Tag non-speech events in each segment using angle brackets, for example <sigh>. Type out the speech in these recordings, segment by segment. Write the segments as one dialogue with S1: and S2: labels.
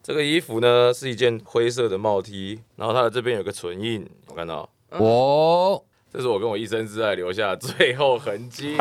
S1: 这个衣服呢是一件灰色的帽 T，然后它的这边有个唇印，我看到，
S2: 哦，
S1: 这是我跟我一生挚爱留下的最后痕迹。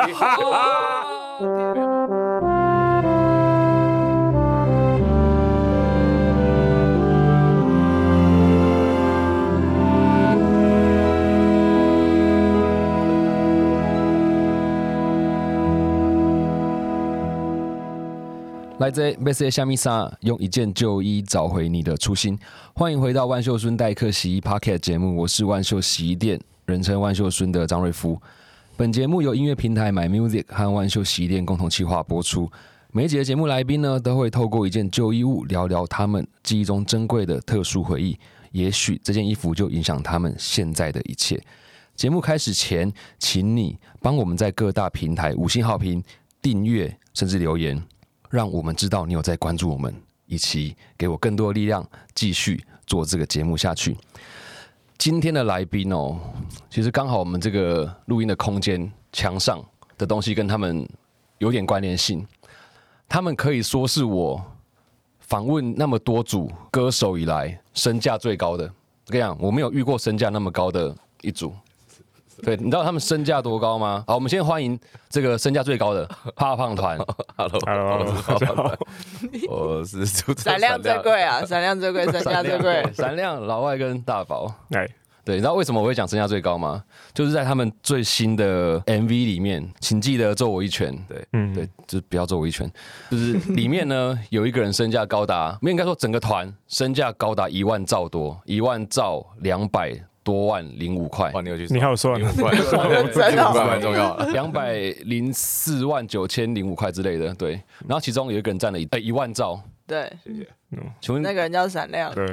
S2: 来自 v e s 夏米莎，用一件旧衣找回你的初心。欢迎回到万秀孙代客洗衣 Pocket 节目，我是万秀洗衣店，人称万秀孙的张瑞夫。本节目由音乐平台 My Music 和万秀洗衣店共同企划播出。每一节节目来宾呢，都会透过一件旧衣物聊聊他们记忆中珍贵的特殊回忆，也许这件衣服就影响他们现在的一切。节目开始前，请你帮我们在各大平台五星好评、订阅，甚至留言。让我们知道你有在关注我们，以及给我更多的力量，继续做这个节目下去。今天的来宾哦，其实刚好我们这个录音的空间墙上的东西跟他们有点关联性，他们可以说是我访问那么多组歌手以来身价最高的。我跟你讲，我没有遇过身价那么高的一组。对，你知道他们身价多高吗？好，我们先欢迎这个身价最高的怕胖团。
S1: Hello，我
S2: 哦
S1: 是老板我是主持人
S3: <laughs> 闪亮最贵啊， <laughs> 闪亮最贵，身价最贵。
S2: <laughs> 闪亮、老外跟大宝。
S4: 哎，
S2: 对，你知道为什么我会讲身价最高吗？就是在他们最新的 MV 里面，请记得揍我一拳。对，
S4: 嗯，
S2: 对，就是不要揍我一拳。就是里面呢，有一个人身价高达，没有应该说整个团身价高达一万兆多，一万兆两百多万零五
S1: <laughs>
S2: 块
S1: 哇，，你有去？
S4: 你还有算
S1: 你有关，关
S3: 真的
S1: 蛮重要的。
S2: 两百零四万九千零五块之类的。对，然后其中有一个人占了一呃一万兆。
S3: 对，
S2: 请问
S3: 那个人叫闪亮，
S2: <laughs>
S4: 对，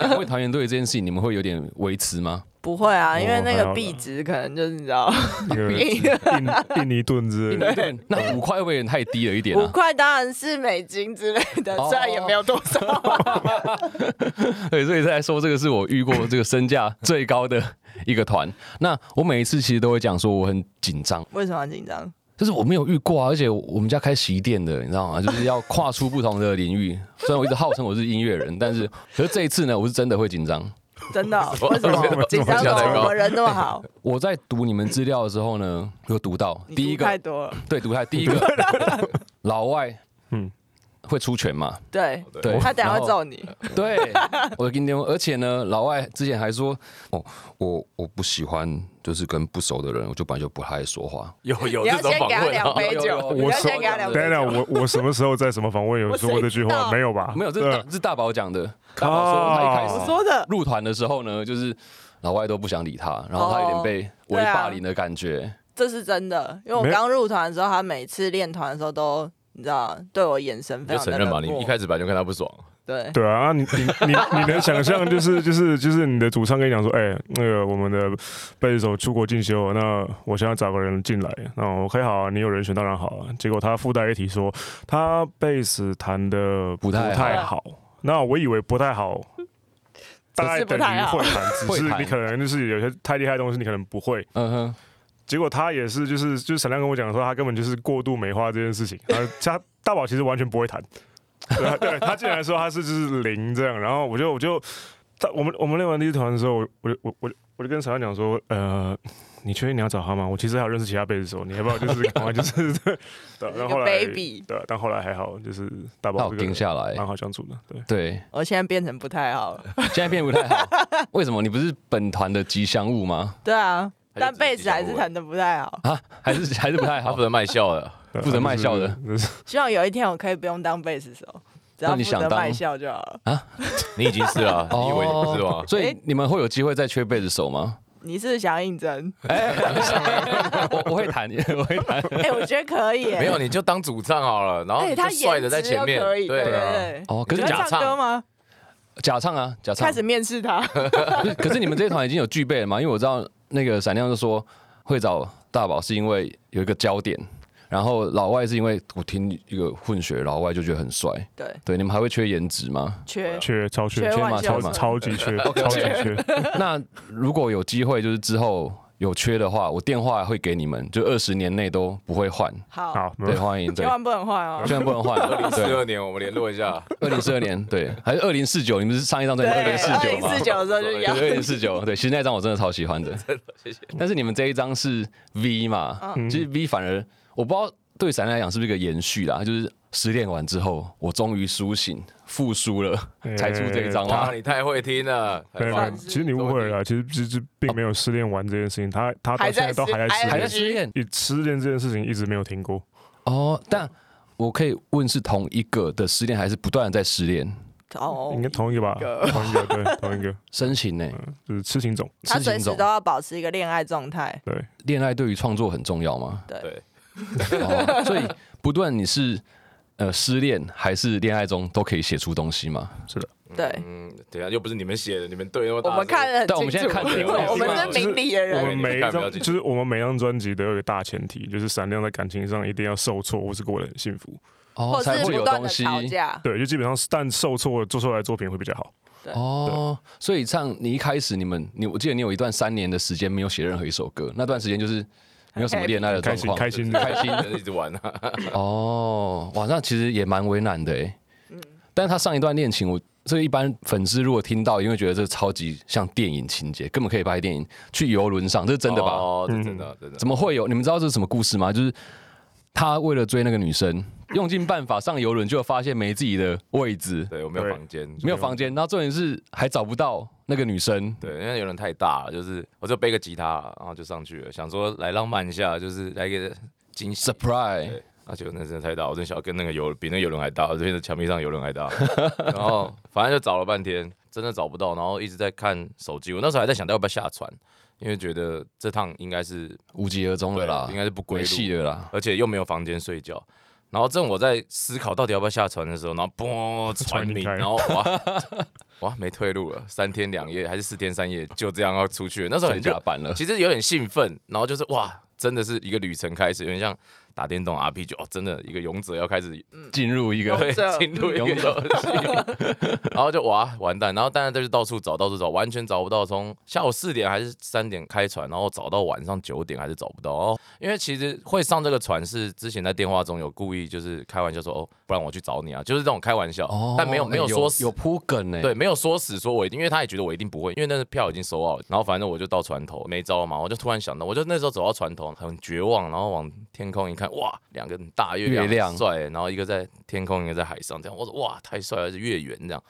S2: 两位团员对这件事情，你们会有点维持吗？
S3: 不会啊，因为那
S4: 还
S3: 个
S4: 好
S3: 币值可能就是你知道，
S4: 一个
S3: 印
S4: 印印尼盾之类的，
S2: 那五块会不会有点太低了一点
S3: 五
S2: 啊？
S3: 块当然是美金之类的，
S2: 哦
S3: 虽然也没有多少啊。
S2: <laughs> 对，所以在说这个是我遇过这个身价最高的一个团。那我每一次其实都会讲说我很紧张，
S3: 为什么要紧张？
S2: 就是我没有遇过、啊，而且我们家开洗衣店的，你知道吗？就是要跨出不同的领域。虽然我一直号称我是音乐人，但是可是这一次呢，我是真的会紧张。
S3: 真的哦？ <laughs> 为什么紧张
S1: 为什么
S3: 什么？我人那么好，
S2: 我在读你们资料的时候呢，有读到
S3: 你
S2: 第一
S3: 读太
S2: 个，
S3: 多了。
S2: 对，
S3: <laughs>
S2: 读太第一个老外，嗯
S4: 嗯，
S2: 会出拳嘛？
S3: 对，
S2: 对，
S3: 他等下
S2: 然
S3: 会
S2: 后
S3: 揍你。
S2: 对，我跟你讲，而且呢，老外之前还说，哦，我我不喜欢，就是跟不熟的人，我就本来就不太爱说话。
S1: 有有
S3: 你要
S1: 这种
S3: 先
S1: 访
S3: 给他
S1: <laughs> 问
S3: 两
S1: 啊，
S3: 杯
S2: 有有
S3: 酒，
S2: 有
S3: 你
S4: 我
S3: 要
S4: 说
S3: 先给他两
S4: 等一
S3: 杯
S4: 下，
S3: 酒。
S4: 我我什么时候在什么访问有说过这句
S3: 我谁知
S4: 话？
S3: 道
S4: 没有吧？哦
S2: 没有，这是
S4: 对
S2: 大
S4: 啊
S2: 这是大宝讲的。大宝说他一开
S3: 我
S2: 始
S3: 说的
S2: 入团的时候呢，就是老外都不想理他，然后他有点被
S3: 哦
S2: 为
S3: 对啊
S2: 霸凌的感觉。
S3: 这是真的，因为我
S4: 没有
S3: 刚入团的时候，他每次练团的时候都。你知道，对我眼神
S1: 你
S3: 非
S1: 就
S3: 常
S1: 承
S3: 的
S1: 认吧，
S3: 冷漠。
S1: 你一开始本来就看他不爽，
S3: 对，
S4: 对啊，啊你你你你能想象
S3: <laughs>
S4: 就是就是就是你的主唱跟你讲说，哎，那个我们的贝斯手出国进修，那我现在找个人进来，那我 OK 好啊，你有人选当然好啊。结果他附带一提说，他贝斯弹的
S2: 不太好
S4: 好，那我以为不太好。大概
S3: 是不
S4: 等
S3: 太
S4: 于
S3: 好
S4: 会弹，只是
S2: 会弹
S4: 你可能就是有些太厉害的东西，你可能不会。
S2: 嗯哼，
S4: 结果他也是，就是就是闪亮跟我讲说，他根本就是过度美化这件事情。他他大宝其实完全不会弹，对啊对他竟然说他是就是零这样，然后我就我就他我们我们练完第一团的时候，我我我我我就跟闪亮讲说，呃，你确定你要找他吗？我其实还有认识其他贝斯手，你要不要就是赶快就是对，对然后后来
S3: baby
S4: 对，但后来还好，就是
S2: 他
S4: 大宝
S2: 有
S4: 这个
S2: 盯下来
S1: 啊
S4: 蛮。好相处的，对。
S2: 对，
S3: 我现在变成不太好了。
S2: 现在变得不太好。为什么？你不是本团的吉祥物吗？
S3: 对啊，
S1: 他就
S3: 但
S1: 只是
S3: 贝斯还
S1: 吉祥
S3: 是
S1: 物
S3: 弹的不太好。
S2: 啊，还是还是不太
S1: 他
S2: 好
S1: 负。责卖笑的。
S4: 对
S2: 负责卖笑的，
S4: 他就是就是
S3: 希望有一天我可以不用当贝斯手，只要
S2: 那你
S3: 负
S2: 想
S3: 责
S2: 当
S3: 卖笑就好了。
S1: 你已经是了，啊你以为你不是吗？
S2: 哦所以你们会有机会再缺贝斯手
S3: <laughs>
S2: 吗？
S3: 你是不是想要应征？
S2: 哎，我我会弹， <laughs> 我会弹。
S3: 哎、我觉得可以、
S1: <laughs>
S3: 欸。
S1: 没有，，你就当主唱好了，然后
S3: 哎、
S1: 你就
S3: 他
S1: 帅的在前面
S3: 颜值又可，以，对
S1: 对
S3: 对
S4: 啊
S3: 对。
S2: 哦，可
S3: 你
S2: 是
S3: 会
S2: 假
S1: 假
S3: 唱歌吗？
S2: 假唱啊，假唱
S3: 开。始面试他，
S2: <laughs> 不是，可是你们这一团已经有具备了嘛？因为我知道那个闪亮就说会找大宝是因为有一个焦点，然后老外是因为我听一个混血老外就觉得很帅。
S3: 对，
S2: 对，你们还会缺颜值吗？ <laughs>
S3: 缺
S4: 缺超缺
S3: 缺
S2: 缺嘛
S3: 万
S2: 缺
S3: 销
S4: 超
S2: 嘛
S3: 售，
S4: 超级缺，超级缺。
S2: 那如果有机会，就是之后有缺的话，我电话会给你们，就二十年内都不会换。
S3: 好，
S4: 好，没
S2: 对，
S4: 有
S2: 欢迎对
S3: <laughs> 千，万不能
S4: <laughs>
S3: 换哦。
S2: 千万不能换。
S1: 二零四
S2: 对，
S1: 二年我们联络一 <laughs> 下，
S2: 二零四二年对，还是二零四九？你们是上一张专
S3: 对，
S2: 辑二零四
S3: 二
S2: 九
S3: 零
S2: 嘛？
S3: 四九的时候就
S1: 对
S2: 对，
S3: 要 <laughs>
S2: 二零四九。对，其实那张我真的超喜欢的。
S1: 谢谢。
S2: 但是你们这一张是 V 嘛？
S4: 嗯
S2: 其实 V 反而我不知道对闪来讲是不是一个延续啦，就是失恋完之后，我终于苏醒复苏了，才出这一张
S1: 哇，
S2: 哇。
S1: 你太会听了，太
S4: 没有
S1: 棒
S4: 没
S1: 了
S4: 有，其实你误会了啦，其实其实并没有失恋完这件事情，他他到
S3: 还
S4: 现在
S3: 在
S4: 都还在
S3: 失
S4: 失
S2: 还在
S4: 恋，
S2: 失恋
S4: 你失恋这件事情一直没有停过。
S2: 哦，但我可以问是同一个的失恋，还是不断的在失恋？
S3: 哦
S4: 应该。同一个吧，同一个，对，同一个，
S2: 深情呢、
S4: 就是痴情种，
S3: 他
S2: 痴情
S3: 随时
S2: 种
S3: 都要保持一个恋爱状态，
S4: 对，
S2: 恋爱对于创作很重要吗？
S1: 对，
S2: 哦、所以不断你是呃失恋还是恋爱中都可以写出东西吗？
S3: 对，
S1: 嗯，等一下又不是你们写的，你们对那么
S3: 我
S1: 大声
S3: 们看得很清
S2: 但我们现在
S3: 楚，
S2: 看得很
S3: <laughs> 我们是明理的
S4: 我
S3: 人，
S4: 们每一
S1: 你看不了
S4: 张
S1: 解
S4: 就是我们每张专辑都有一个大前提，就是闪亮在感情上一定要受挫，或是过得很幸福。
S2: 哦，
S3: 或者
S2: 才
S3: 是
S2: 会
S3: 不
S2: 有
S3: 断
S2: 东
S3: 的
S2: 西
S3: 吵架，
S4: 对，就基本上是，但受挫做出来的作品会比较好。
S2: 哦。所以像你一开始你们你，我记得你有一段三年的时间没有写任何一首歌，那段时间就是没有什么恋爱的状
S4: 开心
S2: 况，
S4: 开心
S1: 开心，就是一直玩啊，
S2: 哦，哇，那其实也蛮为难的哎。但是他上一段恋情，我这一般粉丝如果听到，因为觉得这超级像电影情节，根本可以拍电影。去游轮上，这 <laughs> 是真的吧？嗯
S1: 哦，这真的真的
S2: 怎。么会有？你们知道这是什么故事吗？就是他为了追那个女生，用尽办法上游轮，就发现没自己的位置，
S1: 对，我没有
S4: 对
S1: 房间，
S2: 没有房间，然后重点是还找不到那个女生。
S1: 对，因为有人太大了，就是我就背个吉他，然后就上去了，想说来浪漫一下，就是来一个惊喜。
S2: surprise，
S1: 对，啊，结果那真的太大，我真想要跟那个游比那个游轮还大，我这边的墙壁上游轮还
S2: <laughs>
S1: 大。然后反正就找了半天，真的找不到，然后一直在看手机。我那时候还在想到要不要下船，因为觉得这趟应该是
S2: 无疾而终了啦，
S1: 应该是不归
S2: 没
S1: 路，
S2: 戏了啦。
S1: 而且又没有房间睡觉。然后正我在思考到底要不要下船的时候，然后嘣船
S4: 船离
S1: 鸣，
S4: 开
S1: 然后 <laughs> 哇哇没退路了，三天两夜还是四天三夜，就这样要出去了。那时候
S2: 真
S1: 很热
S2: 假版
S1: <laughs>
S2: 了，
S1: 其实有点兴奋，然后就是哇，真的是一个旅程开始，有点像打电动 RPG 哦，真的一个勇者要开始
S2: 进入一个
S1: 对
S3: 者
S1: 进入一个
S2: 勇者
S1: 游戏，然后就哇完 <laughs> 蛋，然后当然就是到处找，到处找，完全找不到，从下午四点还是三点开船，然后找到晚上九点还是找不到哦，因为其实会上这个船是之前在电话中有故意就是开玩笑说哦，不然我去找你啊，就是这种开玩笑，
S2: <laughs> 哦，
S1: 但没有
S2: 哎
S1: 没有说死
S2: 有铺梗哎呢。
S1: 对，，没有说死说我一定，因为他也觉得我一定不会，因为那个票已经收好了。然后反正我就到船头没招嘛，我就突然想到，我就那时候走到船头很绝望，然后往天空一看，哇，两个很大月亮，
S2: 月亮
S1: 很帅，然后一个在天空，一个在海上，这样我说哇太帅了，而且月圆这样。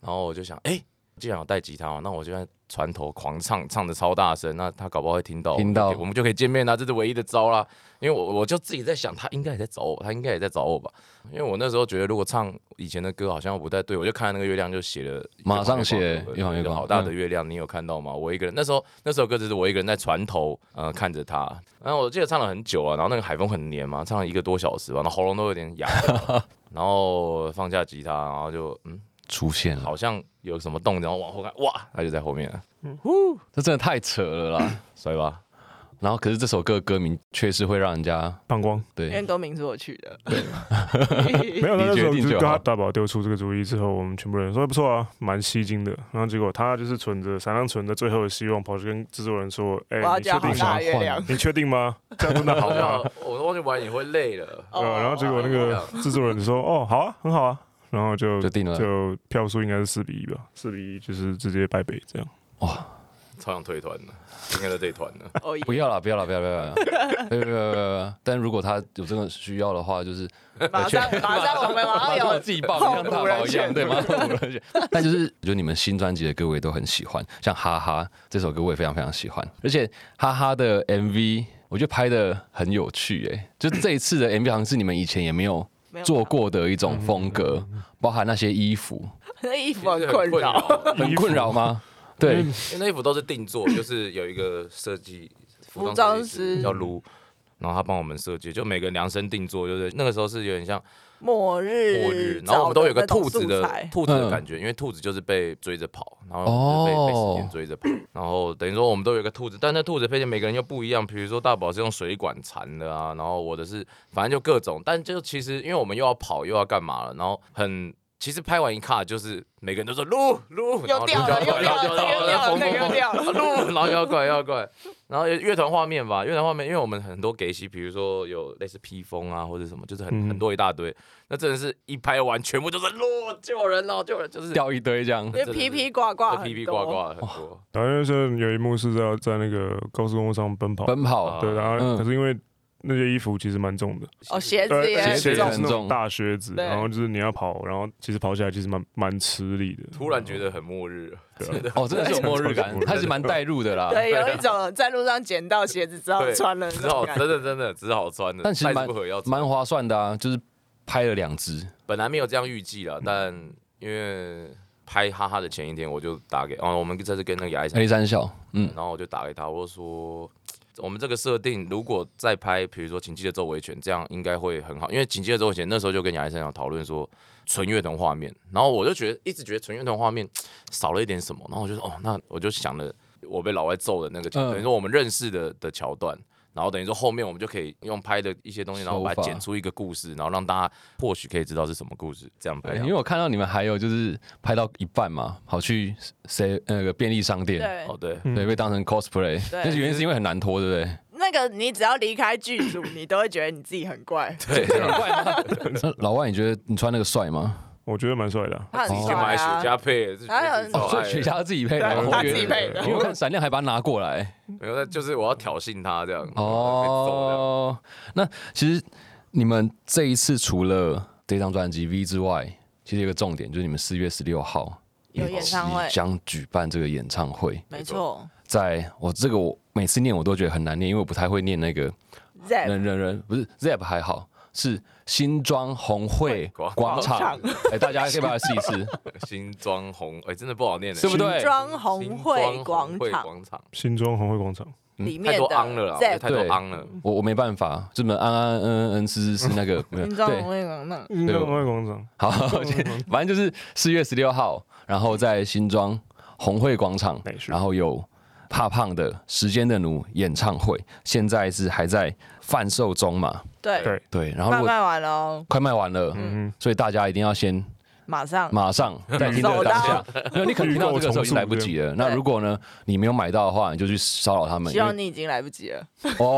S1: 然后我就想，哎、既然有带吉他嘛，那我就在船头狂唱，唱的超大声，那他搞不好会听到，
S2: 听到
S1: 我们就可以我们就可以见面啦、这是唯一的招啦。因为我我就自己在想，他应该也在找我，他应该也在找我吧。因为我那时候觉得，如果唱以前的歌好像不太对，我就看那个月亮就写了，
S2: 马上写
S1: 一
S2: 一行
S1: 行
S2: 月光嗯
S1: 好大的月亮，你有看到吗？我一个人那时候那首歌只是我一个人在船头，呃，看着它。然后我记得唱了很久啊，然后那个海风很黏嘛，唱了一个多小时吧，然后喉咙都有点哑了。
S2: <laughs>
S1: 然后放下吉他，然后就嗯，
S2: 出现了，
S1: 好像有什么动，然后往后看，哇，他就在后面了，
S2: 这真的太扯了
S1: <coughs>
S2: 啦。
S1: 帅吧？
S2: 然后可是这首歌的歌名确实会让人家
S4: 膀胱
S3: 因为
S2: 对
S3: 都明是我去的，
S4: <laughs>
S3: <laughs>
S4: 没有，那
S2: 你决
S4: 时候
S2: 定
S4: 就是
S2: 就
S4: 跟他
S2: 好
S4: 大宝丢出这个主意之后，我们全部人说哎不错啊，蛮吸睛的。然后结果他就是存着闪亮存着最后的希望，跑去跟制作人说：“哎、
S3: 我要
S4: 你确
S3: 叫好
S4: 定
S3: 大
S4: 吗？
S3: 月亮。
S4: 你确定吗？这样真的好
S1: 好像
S4: 吗？”
S1: 我忘记玩也会累了。
S4: 呃，然后结果那
S1: 哦
S4: 个制作人说：“哦，好啊，很好啊。”然后就
S2: 就定呃了
S4: 就票数应该是四比一吧，四比一就是直接败北这样。
S1: 超想退团的，应该在这一团 <laughs> 的。
S3: 哦，
S2: 不要啦，不要啦，不要啦不要啦，不要不要不要不要不要！但如果他有这个需要的话，就是
S3: 马上马上我们马上
S1: <laughs>
S2: 马上
S3: 有
S2: 自己报，像大
S3: 后
S2: 宝
S3: 人
S2: 一样，
S3: 选
S2: 对吗？马上无人选但就是就你们新专辑的歌我也都很喜欢，像《哈哈》这首歌我也非常非常喜欢，而且《哈哈》的 MV 我觉得拍的很有趣、欸，哎，就这一次的 MV 好像是你们以前也没有
S3: 没有
S2: 做过的一种风格，包含那些衣服，
S3: 那衣服很困扰，
S1: 扰，啊
S2: 很困扰吗？对，
S1: 因为那衣服都是定做，就是有一个设计服装
S3: 服装
S1: 设计师
S3: 师
S1: 叫卢，然后他帮我们设计，就每个量身定做，就是那个时候是有点像
S3: 末日
S1: 末日，然后我们都有一个兔子
S3: 找那种素
S1: 的
S3: 材
S1: 兔子的感觉，因为兔子就是被追着跑，然后我们就是被、被时间追着跑，然后等于说我们都有一个兔子，但那兔子配件每个人又不一样，比如说大宝是用水管缠的啊，然后我的是反正就各种，但就其实因为我们又要跑又要干嘛了，然后很。其实拍完一卡就是每个人都说撸撸，然后
S3: 又掉了，
S1: 就
S3: 又
S1: 摇摇
S3: 掉了，
S1: 摇
S3: 又
S1: 然
S3: 掉
S1: 后
S3: 了，
S1: 疯
S3: 那
S1: 疯
S3: 个又
S1: 疯啊
S3: 掉了。
S1: 录，然后摇滚摇滚，然后乐团画面吧，乐团画面，因为我们很多给戏，比如说有类似披风啊或者什么，就是很、
S4: 嗯
S1: 很多一大堆，那真的是一拍完全部就是录哦救人了救人，就是
S2: 掉一堆这样
S3: 因。为皮皮挂挂
S1: 这
S3: 很多，
S1: 噼噼呱呱很多，
S4: 然后就是有一幕是在在那个高速公路上奔跑，
S2: 奔跑
S1: 啊，
S4: 对，然后、
S2: 嗯
S4: 可是因为那些衣服其实蛮重的，
S3: 哦，鞋
S1: <laughs>
S4: 呃
S1: 啊
S3: 子也
S2: 鞋
S3: 很
S2: 子
S4: 鞋
S2: 也
S4: 子
S3: 重
S4: 是
S2: 很
S4: 那
S2: 重
S4: 种大靴子，
S3: 对
S4: 然后就是你要跑，然后其实跑起来其实蛮蛮吃力的。
S1: 突然觉得很末日，
S4: 对啊
S1: 真的
S2: 哦，真的是有末日
S4: 超级
S2: 感
S4: 末，日
S2: 它是蛮带入的
S1: <laughs>
S2: 啦。
S3: 对，有一种在路上捡到鞋子之后
S1: 啊对
S3: 穿了那
S1: 只
S3: 种
S1: 好
S3: 感觉。
S1: 真的真的只好穿了，
S2: 但其实
S1: 再
S2: 蛮
S1: 不回要穿
S2: 蛮划算的啊，就是拍了两支，
S1: 本来没有这样预计了，但因为拍哈哈的前一天，我就打给哦，我们这次跟那个牙医生
S2: A 三小，嗯，
S1: 然后我就打给他，我就说我们这个设定如果再拍，比如说《请记得周围拳》，这样应该会很好，因为《请记得周围拳》那时候就跟杨医生有讨论说纯乐童画面，然后我就觉得一直觉得纯乐童画面少了一点什么，然后我就说哦，那我就想了我被老外揍的那个桥段，
S2: 嗯
S1: 等于说我们认识的的桥段。然后等于说后面我们就可以用拍的一些东西，然后把它
S2: 手法
S1: 剪出一个故事，然后让大家或许可以知道是什么故事，这样拍
S2: 对，
S1: 啊。
S2: 因为我看到你们还有就是拍到一半嘛，跑去谁那个便利商店，
S3: 对
S1: 哦，对，
S2: 对，被当成 cosplay，
S3: 对
S2: 但是原因是因为很难脱，对不对？
S3: 那个你只要离开剧组，你都会觉得你自己很怪。
S2: <laughs>
S1: 对，
S2: 那老外，你觉得你穿那个帅吗？
S4: 我觉得蛮帅的啊、
S3: 他
S1: 哦自
S3: 很
S1: 己 <laughs>
S3: 帅
S1: 去买雪
S3: 啊，
S1: 茄配，是哎
S3: 他很
S1: 自己
S2: 哦，
S1: 找
S2: 所
S1: 爱
S2: 以雪
S1: 的
S2: 茄自己配的，
S3: 对
S2: 我
S3: 他
S2: 以为
S3: 自己配的
S2: 因为我看闪亮还把它拿过来。
S1: 没有，那就是我要挑衅他这样。哦，
S2: 哦，那其实你们这一次除了这张专辑《V》之外，其实有一个重点就是你们四月十六号
S3: 有演唱会
S1: 哦
S2: 即将举办这个演唱会，
S3: 没错
S2: 在我这个我每次念我都觉得很难念，因为我不太会念那个
S3: ，Zep
S2: 人人人不是 Zep 还好，是新庄红会
S1: 广
S2: 广场
S3: 场，
S2: 哎、大家可以把它试一试，
S1: 新装红，哎，真的不好念欸，
S2: 是不对？
S3: 庄红
S1: 新
S3: 会
S1: 庄
S3: 广
S1: 红会
S3: 场
S1: 广场
S4: 新庄红会广场，
S3: 里
S1: 太
S3: 面的
S1: 多昂了啦，我觉得
S3: Zep
S1: 太多
S2: 对
S1: 昂了。
S2: 我我没办法，这么安安恩恩是是是那个没有
S3: 新庄
S2: 对
S3: 红。会广场，
S4: 新庄红会广场，
S2: 好，反正就是四月十六号，然后在新庄红会广场
S4: 没，事
S2: 然后有怕胖的《时间的奴》演唱会，现在是还在贩售中嘛？
S3: 对
S4: 对，
S2: 对，然后
S3: 快
S2: 如果
S3: 卖完了哦，
S2: 快卖完了，
S4: 嗯
S2: 所以大家一定要先
S3: 马上
S2: 马上在听这个
S3: 走
S2: 当
S3: 到
S2: 下，， <laughs> 因为你可能听到这个时候已经来不及了。那
S3: 对
S2: 如果呢你没有买到的话，你就去骚扰他们，
S3: 希
S2: 因
S3: 望
S2: 为
S3: 你已经来不及了。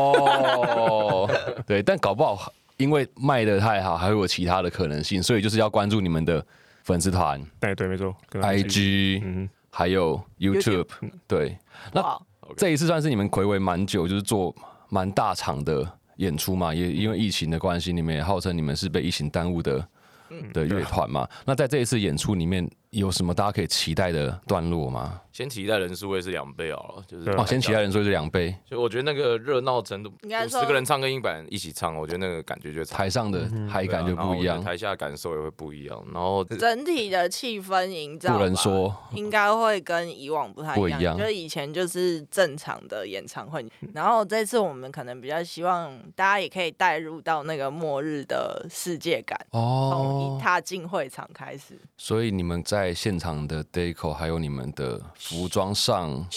S2: 哦，对，但搞不好因为卖的太好，还会有其他的可能性，所以就是要关注你们的粉丝团、
S4: 哎，对，没错跟他一起
S2: IG，
S4: 嗯，
S2: 还有 YouTube，,
S3: YouTube
S2: 对，那
S3: 哇，
S2: 这一次算是你们暌违蛮久，就是做蛮大场的演出嘛，也因为疫情的关系，你们也号称你们是被疫情耽误的
S4: 嗯
S2: 的
S4: 啊
S2: 乐团嘛。那在这一次演出里面，有什么大家可以期待的段落吗？
S1: 先期待人数会是两倍哦，就是
S4: 对
S2: 哦，先期待。人数就两
S3: 嗯
S2: 倍，
S1: 就我觉得那个热闹程度，
S3: 应该
S1: 五
S3: 说
S1: 十个人唱跟一百人一起唱，我觉得那个感觉就差啊
S2: 台上的
S3: 嗯
S2: 嗨哎感
S3: 啊
S2: 就不一样。
S1: 台下感受也会不一样。然
S3: <laughs>
S1: 后
S3: 整体的气氛营造吧，
S2: 呃不能说
S3: 应该会跟以往不太
S2: 不
S3: 一
S2: 一
S3: 样，
S2: 样
S3: 就是以前就是正常的演唱会，然后这次我们可能比较希望大家也可以带入到那个末日的世界感，从
S2: 哦
S3: 一，踏进会场开始，
S2: 所以你们在现场的 deco 还有你们的服装
S3: 嗯
S2: 上，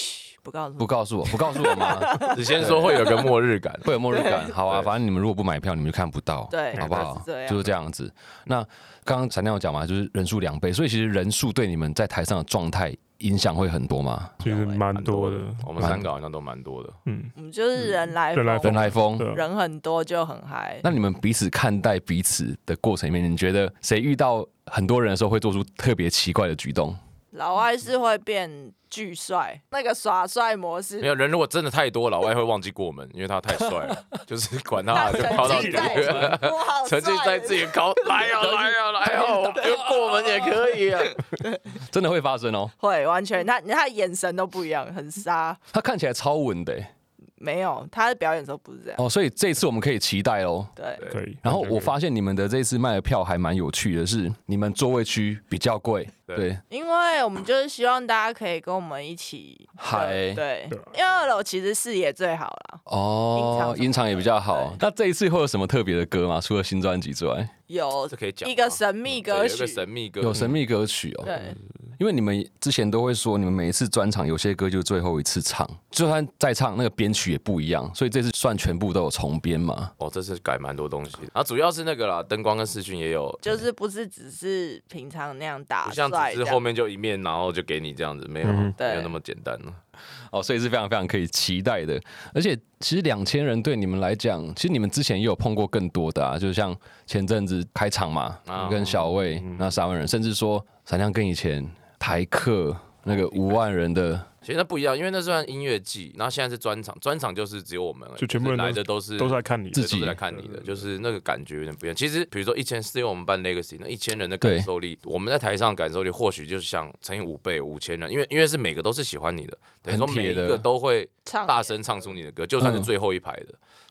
S3: 不告诉
S2: 不告诉我，不告诉我
S3: <laughs>
S2: 吗？
S1: 只先说会有个末日感，
S2: 会有末日感。好啊，
S1: 对
S2: 反正你们如果不买票，你们就看不到，
S3: 对
S2: 好不好
S3: 就是这？样
S2: 就是这样子。那刚刚闪亮有讲嘛，就是人数两倍，所以其实人数对你们在台上的状态影响会很多嘛。
S4: 其实蛮多的，
S1: 我们三个好像都蛮多的。
S4: 嗯，
S3: 我们就是人来
S4: 人来
S2: 人
S4: 疯
S2: 来疯，
S4: 对啊，
S3: 人很多就很嗨。
S2: 那你们彼此看待彼此的过程里面，你觉得谁遇到很多人的时候会做出特别奇怪的举动？
S3: 老外是会变巨帅，那个耍帅模
S1: 没
S3: 式，
S1: 有人如果真的太多，老外会忘记过门，因为他太帅
S3: <laughs>
S1: 了，就是管他
S3: 他
S1: 就
S3: 沉
S1: 跑到
S3: 浸在，我好帅
S1: 沉
S3: 哦
S1: 浸在自己的高，
S3: <laughs>
S1: 来呀
S4: 哎
S1: 来哦呀来呀，
S4: 哦
S1: 我觉得哎过门也可以啊。
S2: <laughs> 真的会发生哦。
S3: 会完全他他眼神都不一样，很杀。
S2: 他看起来超稳的欸
S3: 没有，他的表演的时候不是这样。
S2: 哦，所以这次我们可以期待哦。
S3: 对，
S4: 可以。
S2: 然后我发现你们的这次卖的票还蛮有趣的是，你们座位区比较贵，
S1: 对
S2: 对，
S3: 因为我们就是希望大家可以跟我们一起
S2: 嗨
S3: 对，啊因为二楼其实视野最好啦。
S2: 哦，
S3: 音场什么的
S2: 音场也比较好
S3: 对。
S2: 那这一次会有什么特别的歌吗？除了新专辑之外，
S3: 有
S1: 这可以讲吗嗯
S3: 一个神秘歌
S1: 对有一
S3: 曲
S1: 个，神秘歌，
S2: 有神秘歌曲哦。
S3: 对，
S2: 因因为你们之前都会说，你们每一次专场有些歌就是最后一次唱，就算再唱那个编曲也不一样，所以这次算全部都有重编嘛。
S1: 哦，这次改蛮多东西的，然后主要是那个啦，灯光跟视讯也有，
S3: 就是不是只是平常那样打
S1: 不
S3: 帅
S1: 像
S3: 这样，
S1: 只是后面就一面，然后就给你这样子，没有、
S4: 嗯
S1: 没有
S3: 对
S1: 那么简单了。
S2: 哦，所以是非常非常可以期待的。而且其实两千人对你们来讲，其实你们之前也有碰过更多的啊，就像前阵子开场嘛，
S1: 啊
S2: 你跟小魏、那三万人，甚至说闪亮跟以前台客那个五万人的，
S1: 其实那不一样，因为那算音乐季，然后现在是专场，专场就是只有我们而已，
S4: 就全部人
S1: 是
S4: 都
S1: 来的都是
S4: 都是来看你
S1: 对
S4: 的
S2: 自。己
S1: 都是来看你的，就是那个感觉有点不一样。其实比如说一千四，因为我们办 Legacy 那一千人的感受力，我们在台上感受力或许就是像乘以五倍五千人，因为因为是每个都是喜欢你的，等于说
S2: 很铁
S1: 每一
S2: 的
S1: 个都会
S3: 唱
S1: 大声唱出你的歌，就算是
S2: 嗯
S1: 最后一排的，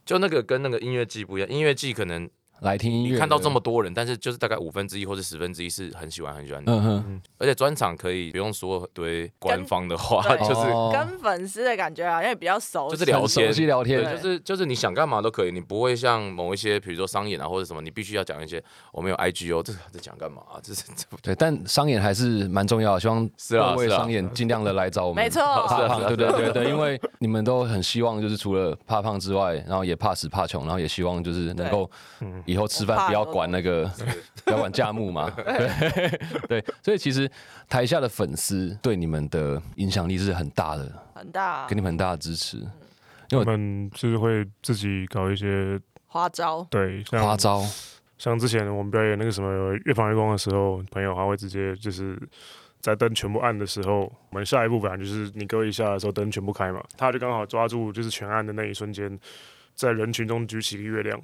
S1: 就那个跟那个音乐季不一样，音乐季可能
S2: 来听音乐
S1: 你
S2: 的，
S1: 看到这么多人，但是就是大概五分之一或者十分之一是很喜欢很喜欢你的，
S2: 嗯哼，
S1: 而且专场可以不用说对官方的话，
S3: 对
S1: 就是。
S2: 哦
S3: 跟粉丝的感觉好像也比较熟悉，
S1: 就是聊
S2: 很熟
S1: 天，
S2: 悉聊天
S1: 对，就是就是你想干嘛都可以，你不会像某一些，比如说商演啊或者什么，你必须要讲一些我们有 IG 哦，这这讲干嘛啊？这是这
S2: 对，但商演还是蛮重要的，希望
S1: 是啊
S2: 各位
S1: 是啊
S2: 商演尽量的来找我们。
S3: 没错
S2: 怕胖，
S1: 是啊
S2: 对对对对，因为你们都很希望，就是除了怕胖之外，然后也怕死怕穷，然后也希望就是能够
S1: 嗯
S2: 以后吃饭不
S3: 哦
S2: 要管那个， <laughs> 不要管价
S1: <laughs>
S2: 目嘛。对对，所以其实台下的粉丝对你们的影响力是很大的，
S3: 很大
S2: 给你们很大的支持。
S4: 我们就是会自己搞一些
S3: 花招，
S4: 对，啊像
S2: 花招，
S4: 像之前我们表演那个什么乐坊月光的时候，朋友还会直接就是在灯全部暗的时候，我们下一步本来就是你各一下的时候灯全部开嘛，他就刚好抓住就是全暗的那一瞬间，在人群中举起一个月亮，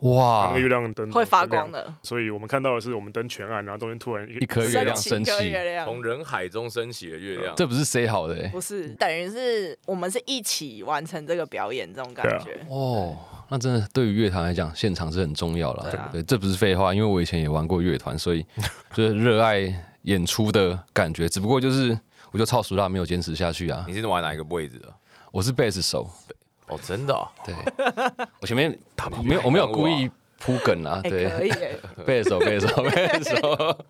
S4: 把
S2: 哇
S4: 那个，月亮灯
S3: 会发
S4: 全亮
S3: 光。的，
S4: 所以我们看到的是我们灯全暗，然后中间突然一
S2: 一颗月亮升
S3: 升
S2: 起
S3: 起，月亮，
S1: 从人海中升起的月亮，
S2: 这不是 say 好的欸
S3: 不是 <laughs> 等于是我们是一起完成这个表演这种感觉，
S2: 哦，那真的对于乐团来讲，现场是很重要了。
S3: 对啊
S2: 对，这不是废话，因为我以前也玩过乐团，所以 <laughs> 就是热爱演出的感觉。只不过就是，我就超熟辣，没有坚持下去啊
S1: 你。是玩哪一个位置的？
S2: 我是贝斯手，
S1: 哦，真的哦、
S2: 对我前面没有我没有故意铺梗啊，
S3: 哎，可
S2: 对，
S3: 以耶。
S2: 贝斯手，贝斯手，贝斯手，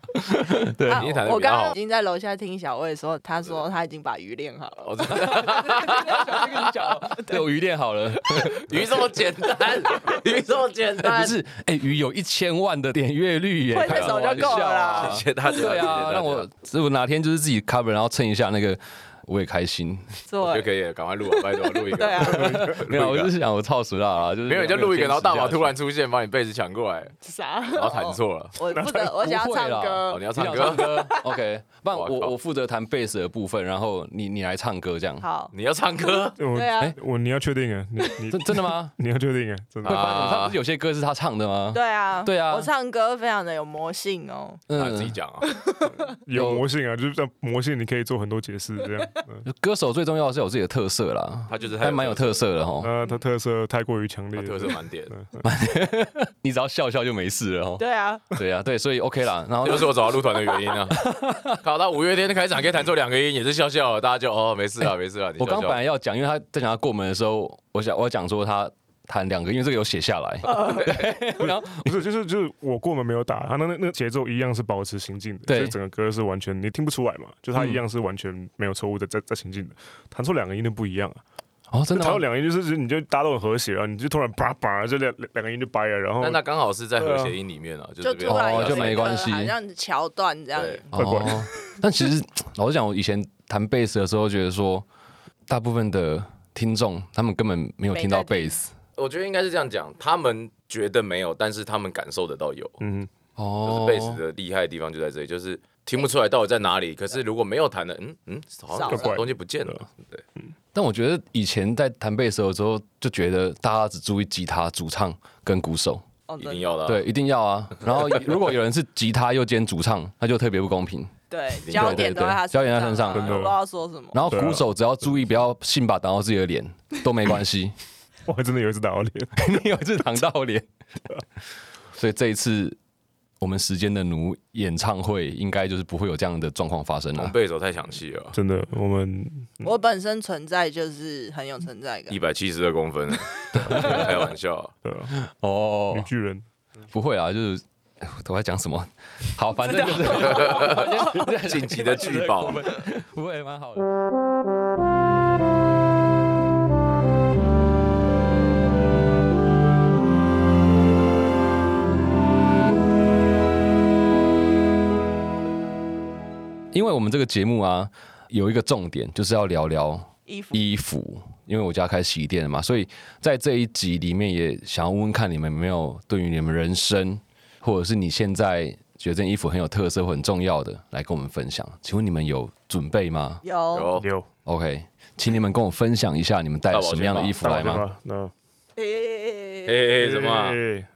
S2: 对
S3: 啊
S1: 你弹得
S3: 我
S1: 比较
S3: 刚
S1: 好
S3: 刚已经在楼下听小魏说，他说他已经把鱼练好 <laughs> 了。
S1: 哦，真的，
S3: 哦 <laughs>
S2: 对，我鱼练好了，
S1: <laughs> 鱼这么简单，鱼这么简
S2: 哎
S1: 单，
S2: <laughs> 不是，哎，鱼有一千万的点阅率耶，
S3: 会那
S2: 开
S3: 首
S2: 玩
S3: 就够了
S2: 笑
S3: 啦
S2: 啊
S1: 谢谢大家，
S2: 对
S1: 谢谢大
S2: 啊，
S1: 家
S2: 让我我哪天就是自己 cover，然后蹭一下那个，我也开心。
S1: 就
S3: 对，
S1: 可以了赶快录啊，拜托录 <laughs> 一个，
S3: 对啊， <laughs>
S2: <laughs> 没有，我就是想我操死他啊，就是
S1: 没有你就录一个，然后大宝突
S2: 然
S1: 然出现，把你被子抢过来，
S3: 啥？
S1: 然后弹错了，
S3: 哦我 <laughs> 不得，我想要唱
S1: 哦，
S3: 歌
S1: 你。要唱
S2: 唱
S1: 歌，
S2: 歌
S1: <laughs>
S2: ，OK，不然
S1: 哇靠
S2: 我我负责弹贝斯的部分，然后你你来唱歌这样，
S3: 好，
S1: <laughs> 你要唱
S2: <laughs>
S1: 歌，
S4: 我
S3: 对啊
S2: 哎，
S4: 我你要确定啊，你你
S2: 真真的吗？
S4: 你要确定啊，真
S2: 会
S4: 的。
S1: <laughs> 啊
S2: 发现他不是有些歌是他唱的吗？
S3: 对啊，
S2: 对啊
S3: 我唱歌非常的有魔性哦。
S2: 嗯
S1: 啊自己，讲啊，
S4: 有魔性啊，就是这样魔性，你可以做很多解释这样。嗯
S2: 歌手最重要的是有自己的特色啦，
S1: 他就是
S2: 还蛮有特色的哦，
S4: 那它特色太过于强烈
S1: 他
S4: 了，
S1: 特色满点。
S4: 嗯。嗯
S2: 你只要笑笑就没事了哦。
S3: <laughs> 对啊，
S2: 对啊，对，所以 OK 啦，然后
S1: 这就是我找到入团的原因
S2: <laughs>
S1: 啊！搞到五月天的开场可以弹奏两个音，也是笑笑，大家就哦没事啊，没事啊。你
S2: 哎我刚
S1: 笑笑
S2: 本来要讲，因为他在讲他过门的时候，我想我要讲说他弹两个，因为这个有写下来，
S1: 哦
S2: 然后
S4: 不是，就是就是我过门没有打，他那那那节奏一样是保持行进的，
S2: 对
S4: 所以整个歌是完全你听不出来嘛，就他
S2: 嗯
S4: 一样是完全没有错误的在在行进的，弹出两个音就不一样啊，
S2: 哦，真的
S4: 弹
S2: 吗
S4: 出？两个音就是就是你就大家都很和谐，然后啊你就突然叭叭就两两两个音就掰了，然后
S1: 但那刚好是在和谐音里面啊，就
S3: 就
S1: 这
S3: 突
S1: 边
S3: 然
S2: 哦
S3: 有
S2: 就没关系
S3: 好像桥段这样。
S1: 对
S4: 怪怪的
S2: 哦。但其
S4: <laughs>
S2: 实老实讲，我以前弹贝斯的时候，觉得说大部分的听众他们根本没有听到
S3: 没在
S2: 贝
S3: 听
S2: 斯
S1: 我觉得应该是这样讲，他们觉得没有，但是他们感受得到有，
S4: 嗯，
S1: 就是
S2: 哦，
S1: 贝斯的厉害的地方就在这里，就是听不出来到底在哪里。可是如果没有弹的，嗯嗯，好像有什么东西不见
S2: 啊
S1: 了。对，
S2: 但我觉得以前在弹贝斯的时候，就觉得大家只注意吉他、主唱跟鼓手，
S3: 哦，
S1: 一定
S3: 对
S1: 要的啊。
S2: 对，一定要
S4: <laughs>
S2: 啊。然后如果有人是吉他又兼主唱，那就特别不公平。
S3: 对，
S1: 定
S3: 焦点都在他
S2: 对对对焦点在他身上
S3: 啊
S4: 真的
S3: 我不知道说什么。
S2: 然后
S4: 对啊
S2: 鼓手只要注意不要信把挡到自己的脸，都没关系。
S4: 我还真的有一次打到脸，
S2: 你有一次挡到脸，所以这一次我们时间的奴演唱会应该就是不会有这样的状况发生
S1: 我
S2: 了
S1: 们。贝手太抢戏了，
S4: 真的，我们
S3: 我本身存在就是很有存在感
S1: 一，百七十二 <laughs>
S2: <laughs>
S1: 公分，开玩笑啊。
S4: 对啊
S2: 哦
S4: 女巨人
S2: 不会啊，就是都在讲什么？好，反正就是
S1: 晋级的聚宝，
S2: <laughs> 不会蛮好的。因为我们这个节目啊，有一个重点就是要聊聊
S3: 衣服
S2: 衣服，因为我家开洗衣店了嘛，所以在这一集里面也想要问问看你们有没有对于你们人生，或者是你现在觉得这件衣服很有特色或很重要的，来跟我们分享。请问你们有准备吗
S3: 有
S2: 哦
S1: 有
S4: 有
S2: ？OK，请你们跟我分享一下你们带了什么样的衣服
S4: 大
S2: 来
S4: 宝
S2: 吗？
S4: 吗？那
S1: 哎
S3: 诶，
S1: 哎什么啊？
S4: 哎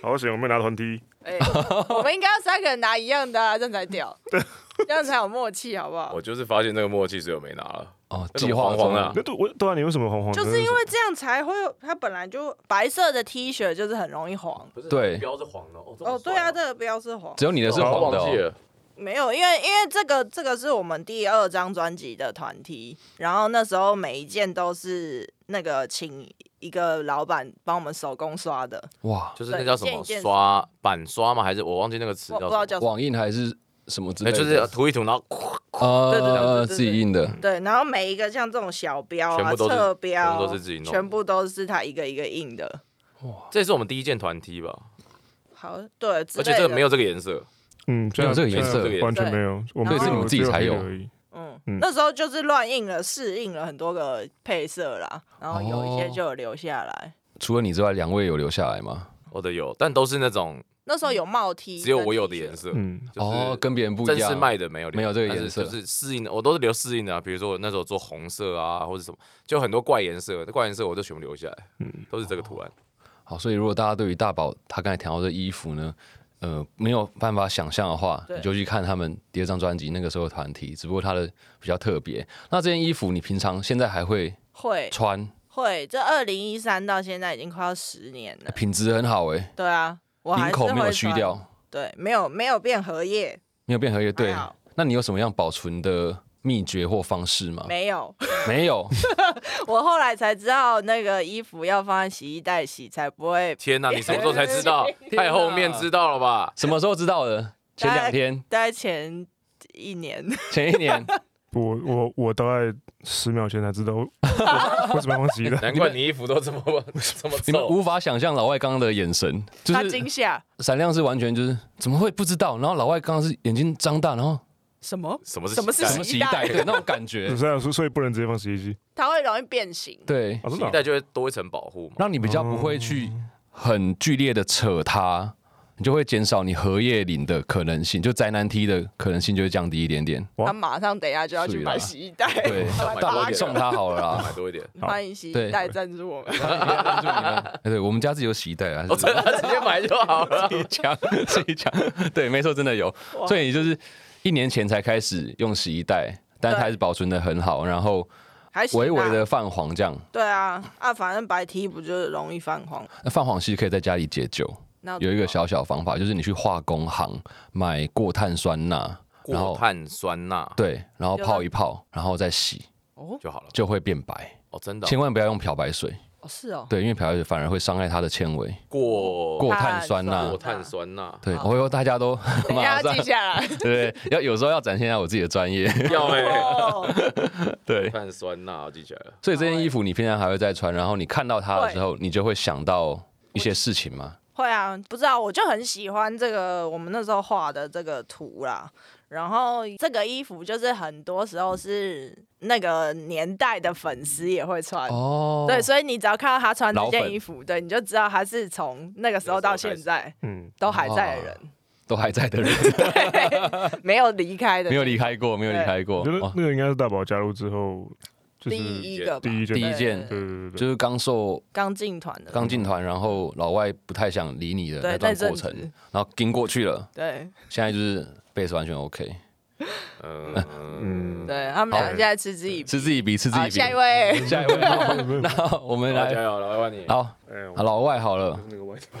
S4: 好险，我没拿团梯。
S3: 哎我 <laughs> 们应该要三个人拿一样
S1: <laughs>
S3: 的啊，这样才屌，这样才有默契，好不好
S1: 我？就是发现这个默契，所以我没拿了。
S2: 哦，
S1: 那种
S2: 计划
S1: 黄黄的啊
S2: 中
S4: 那对，我对啊，你为什么红红的？
S3: 就是因为这样才会有，它本来就白色的 T 恤就是很容易黄。
S1: 不是
S2: 对
S1: 标是黄的哦
S3: 哦，对啊，这个标是黄，
S2: 只有你的是黄的、
S1: 忘记
S2: 哦，
S1: 了，
S3: 没有，因为因为这个这个是我们第二张专辑的团体，然后那时候每一件都是那个请一个老板帮我们手工刷的，
S2: 哇，
S1: 就是那叫什么刷板刷吗？还是我忘记那个词
S3: 我
S1: 叫
S3: 不知道
S1: 什
S3: 叫什么。
S2: 网印还是什么之
S1: 么？哎，
S2: 类的？
S1: 就是涂一涂，然后
S3: 对对对对
S2: 呃
S3: 对
S2: 自己印的，
S3: 对，然后每一个像这种小标
S1: 全
S3: 啊、
S1: 部都是
S3: 侧
S1: 全
S3: 标，
S1: 部都是自己弄的
S3: 全部都是他一个一个印的。
S1: 这是我们第一件团 T 吧，
S3: 好，对，之
S1: 而且
S3: 类
S1: 这个
S3: 的
S1: 没有这个颜色，
S4: 嗯，
S2: 没有这个颜色啊
S4: 现在完全没有，我们
S3: 对所以
S4: 只
S3: 你
S2: 们自己
S4: 只
S2: 才有
S4: 黑的而已。
S3: 嗯，
S4: 嗯
S3: 那时候就是乱印了，试印了很多个配色啦，然后有
S2: 哦
S3: 一些就有留下来。
S2: 除了你之外，两位有留下来吗？
S1: 我的哦有，但都是那种
S3: 那时候有帽 T，
S1: 只有我有的
S3: 颜
S1: 颜
S3: 色。
S1: 色，
S4: 嗯，
S1: 就是
S2: 哦，跟别人不一
S1: 正
S2: 样。
S1: 式卖的没有留
S2: 没有这个
S1: 但是
S2: 颜色
S1: 就是适应的，我都是留适应的啊。比如说我那时候做红色啊，或者什么，就很多怪颜色，那怪颜色我都全部留下来，
S2: 嗯
S1: 都是这个图案。
S2: 好，所以如果大家对于大宝他刚才谈到的衣服呢，呃，没有办法想象的话，
S3: 对
S2: 你就去看他们第二张专辑那个时候的团体，只不过它的比较特别。那这件衣服你平常现在还会
S3: 会
S2: 穿，
S3: 会，这二零一三到现在已经快要十年了。
S2: 品质很好哎、
S3: 对啊，我还
S2: 领
S3: 是
S2: 口没有
S3: 会
S2: 虚
S3: 穿，
S2: 掉，
S3: 对，没有没有变荷叶，
S2: 没有变合约。对
S3: 还好，
S2: 那你有什么样保存的秘诀或方式吗？
S3: 没有。 <laughs>
S2: 没有，？
S3: 我后来才知道那个衣服要放在洗衣袋洗，才不会
S1: 天哪，你什么时候才知道太后面知道了吧？
S2: 什么时候知道的？前两天，
S3: 大概前一年。 <laughs>
S2: 前一年，
S4: 我我我大概十秒前才知道 <laughs> 我我为什么要忘记的。
S1: 难怪你衣服都这
S2: <laughs>
S1: 么这么
S2: 你们
S1: 臭。
S2: 无法想象老外刚刚的眼神，就
S3: 他
S2: 是
S3: 惊吓
S2: 闪亮是完全就是怎么会不知道？然后老外刚刚是眼睛张大，然后
S3: 什么？
S1: 什么是
S3: 什么是
S1: 洗
S2: 什
S1: 衣
S2: 么
S1: 袋
S2: 洗衣袋， <laughs> 对那种感觉 <laughs>
S4: 所，以所以不能直接放洗衣机
S3: 它会容易变形。
S2: 对，
S4: 啊，真
S1: 洗
S4: 的
S1: 衣
S4: 啊
S1: 袋就会多一层保护嘛。
S2: 让你比较不会去很剧烈的扯它，你就会减少你荷叶领的可能性，就宅男 T 的可能性就会降低一点点。
S4: 哇
S3: 他马上等一下就要去买洗衣
S2: <laughs>
S3: 袋，
S2: 对
S3: 他买，
S2: 大
S3: 八
S2: 宝
S3: 个
S2: 送他好了啦。
S1: 买多一点，
S2: 嗯
S3: 欢迎洗衣袋赞助我们。
S2: 哎 <laughs> 对，我们家自己有洗衣袋啊，
S1: 我哦真的直接买就好了。
S2: 自己抢，自己抢。对，没错，真的有。
S3: 哇
S2: 所以就是一年前才开始用洗衣袋，但它还是保存的很好，然后
S3: 还行啊
S2: 微微的泛黄这样。
S3: 对啊啊，反正白 T 不就是容易泛黄？
S2: 那泛黄其实可以在家里解救，
S3: 那啊
S2: 有一个小小方法，就是你去化工行买过碳酸钠， <laughs> 然后
S1: 过碳酸钠
S2: 对，然后
S3: 有啊
S2: 泡
S3: 的
S2: 一泡，然后再洗，
S1: 就好了。
S2: 就会变白。
S1: 哦，真的哦
S2: 千万不要用漂白水，
S3: 哦是哦，
S2: 对，因为漂白水反而会伤害它的纤维。
S1: 过
S2: 过碳酸钠
S1: 过碳酸钠
S2: 对，
S3: 好哎
S2: 我以后大家都 <laughs>
S3: 等一
S2: 马
S3: 下
S2: 上
S3: 记下来。
S2: 对，要有时候要展现一下我自己的专业。 <laughs>
S1: 要哎，
S3: 哦，
S2: 对，
S1: 碳酸钠我记起来了。
S2: 所以这件衣服你平常还会再穿，然后你看到它的时候，你就会想到一些事情吗？
S3: 会啊，不知道，我就很喜欢这个我们那时候画的这个图啦。然后这个衣服就是很多时候是那个年代的粉丝也会穿，
S2: 哦，
S3: 对，所以你只要看到他穿这
S2: 老
S3: 件
S2: 粉
S3: 衣服，对，你就知道他是从那个时候到现在
S4: 嗯，
S3: 都还在的人。
S2: 都还在的人，
S3: 没有离开的，
S2: 哦没有离开过，没有离开过
S4: 我觉。得
S2: 哦
S4: 那个应该是大宝加入之后，就是
S3: 第一个吧
S4: 第一件
S2: 第一件
S4: 对对对对，
S2: 就是刚受
S3: 刚进团的，
S2: 刚进团，然后老外不太想理你的
S3: 对
S2: 那段
S3: 那阵
S2: 过程
S3: 子，
S2: 然后跟过去了，
S3: 对
S2: 现在就是贝斯完全 OK，
S1: 嗯，
S3: 对，他们俩
S2: 好
S3: 现在吃自己
S2: 吃自己鼻，吃自己
S3: 好，
S2: 鼻。
S3: 下一位，
S2: 下一位， <laughs> 那我们
S1: 加
S2: 来，
S1: 油，老外你。
S2: 好，
S4: 哎，我
S2: 啊老外好了，
S4: 那个外套，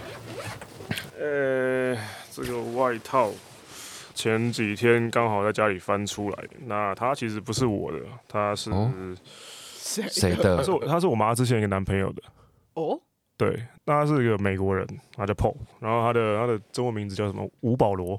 S4: 呃，这个外套前几天刚好在家里翻出来，那它其实不是我的，它是
S2: 哦谁
S4: 它
S2: 的
S4: 是？我它是我妈之前一个男朋友的。
S3: 哦，
S4: 对，那他是一个美国人，他叫 Paul，然后他的他的中文名字叫什么？吴保罗，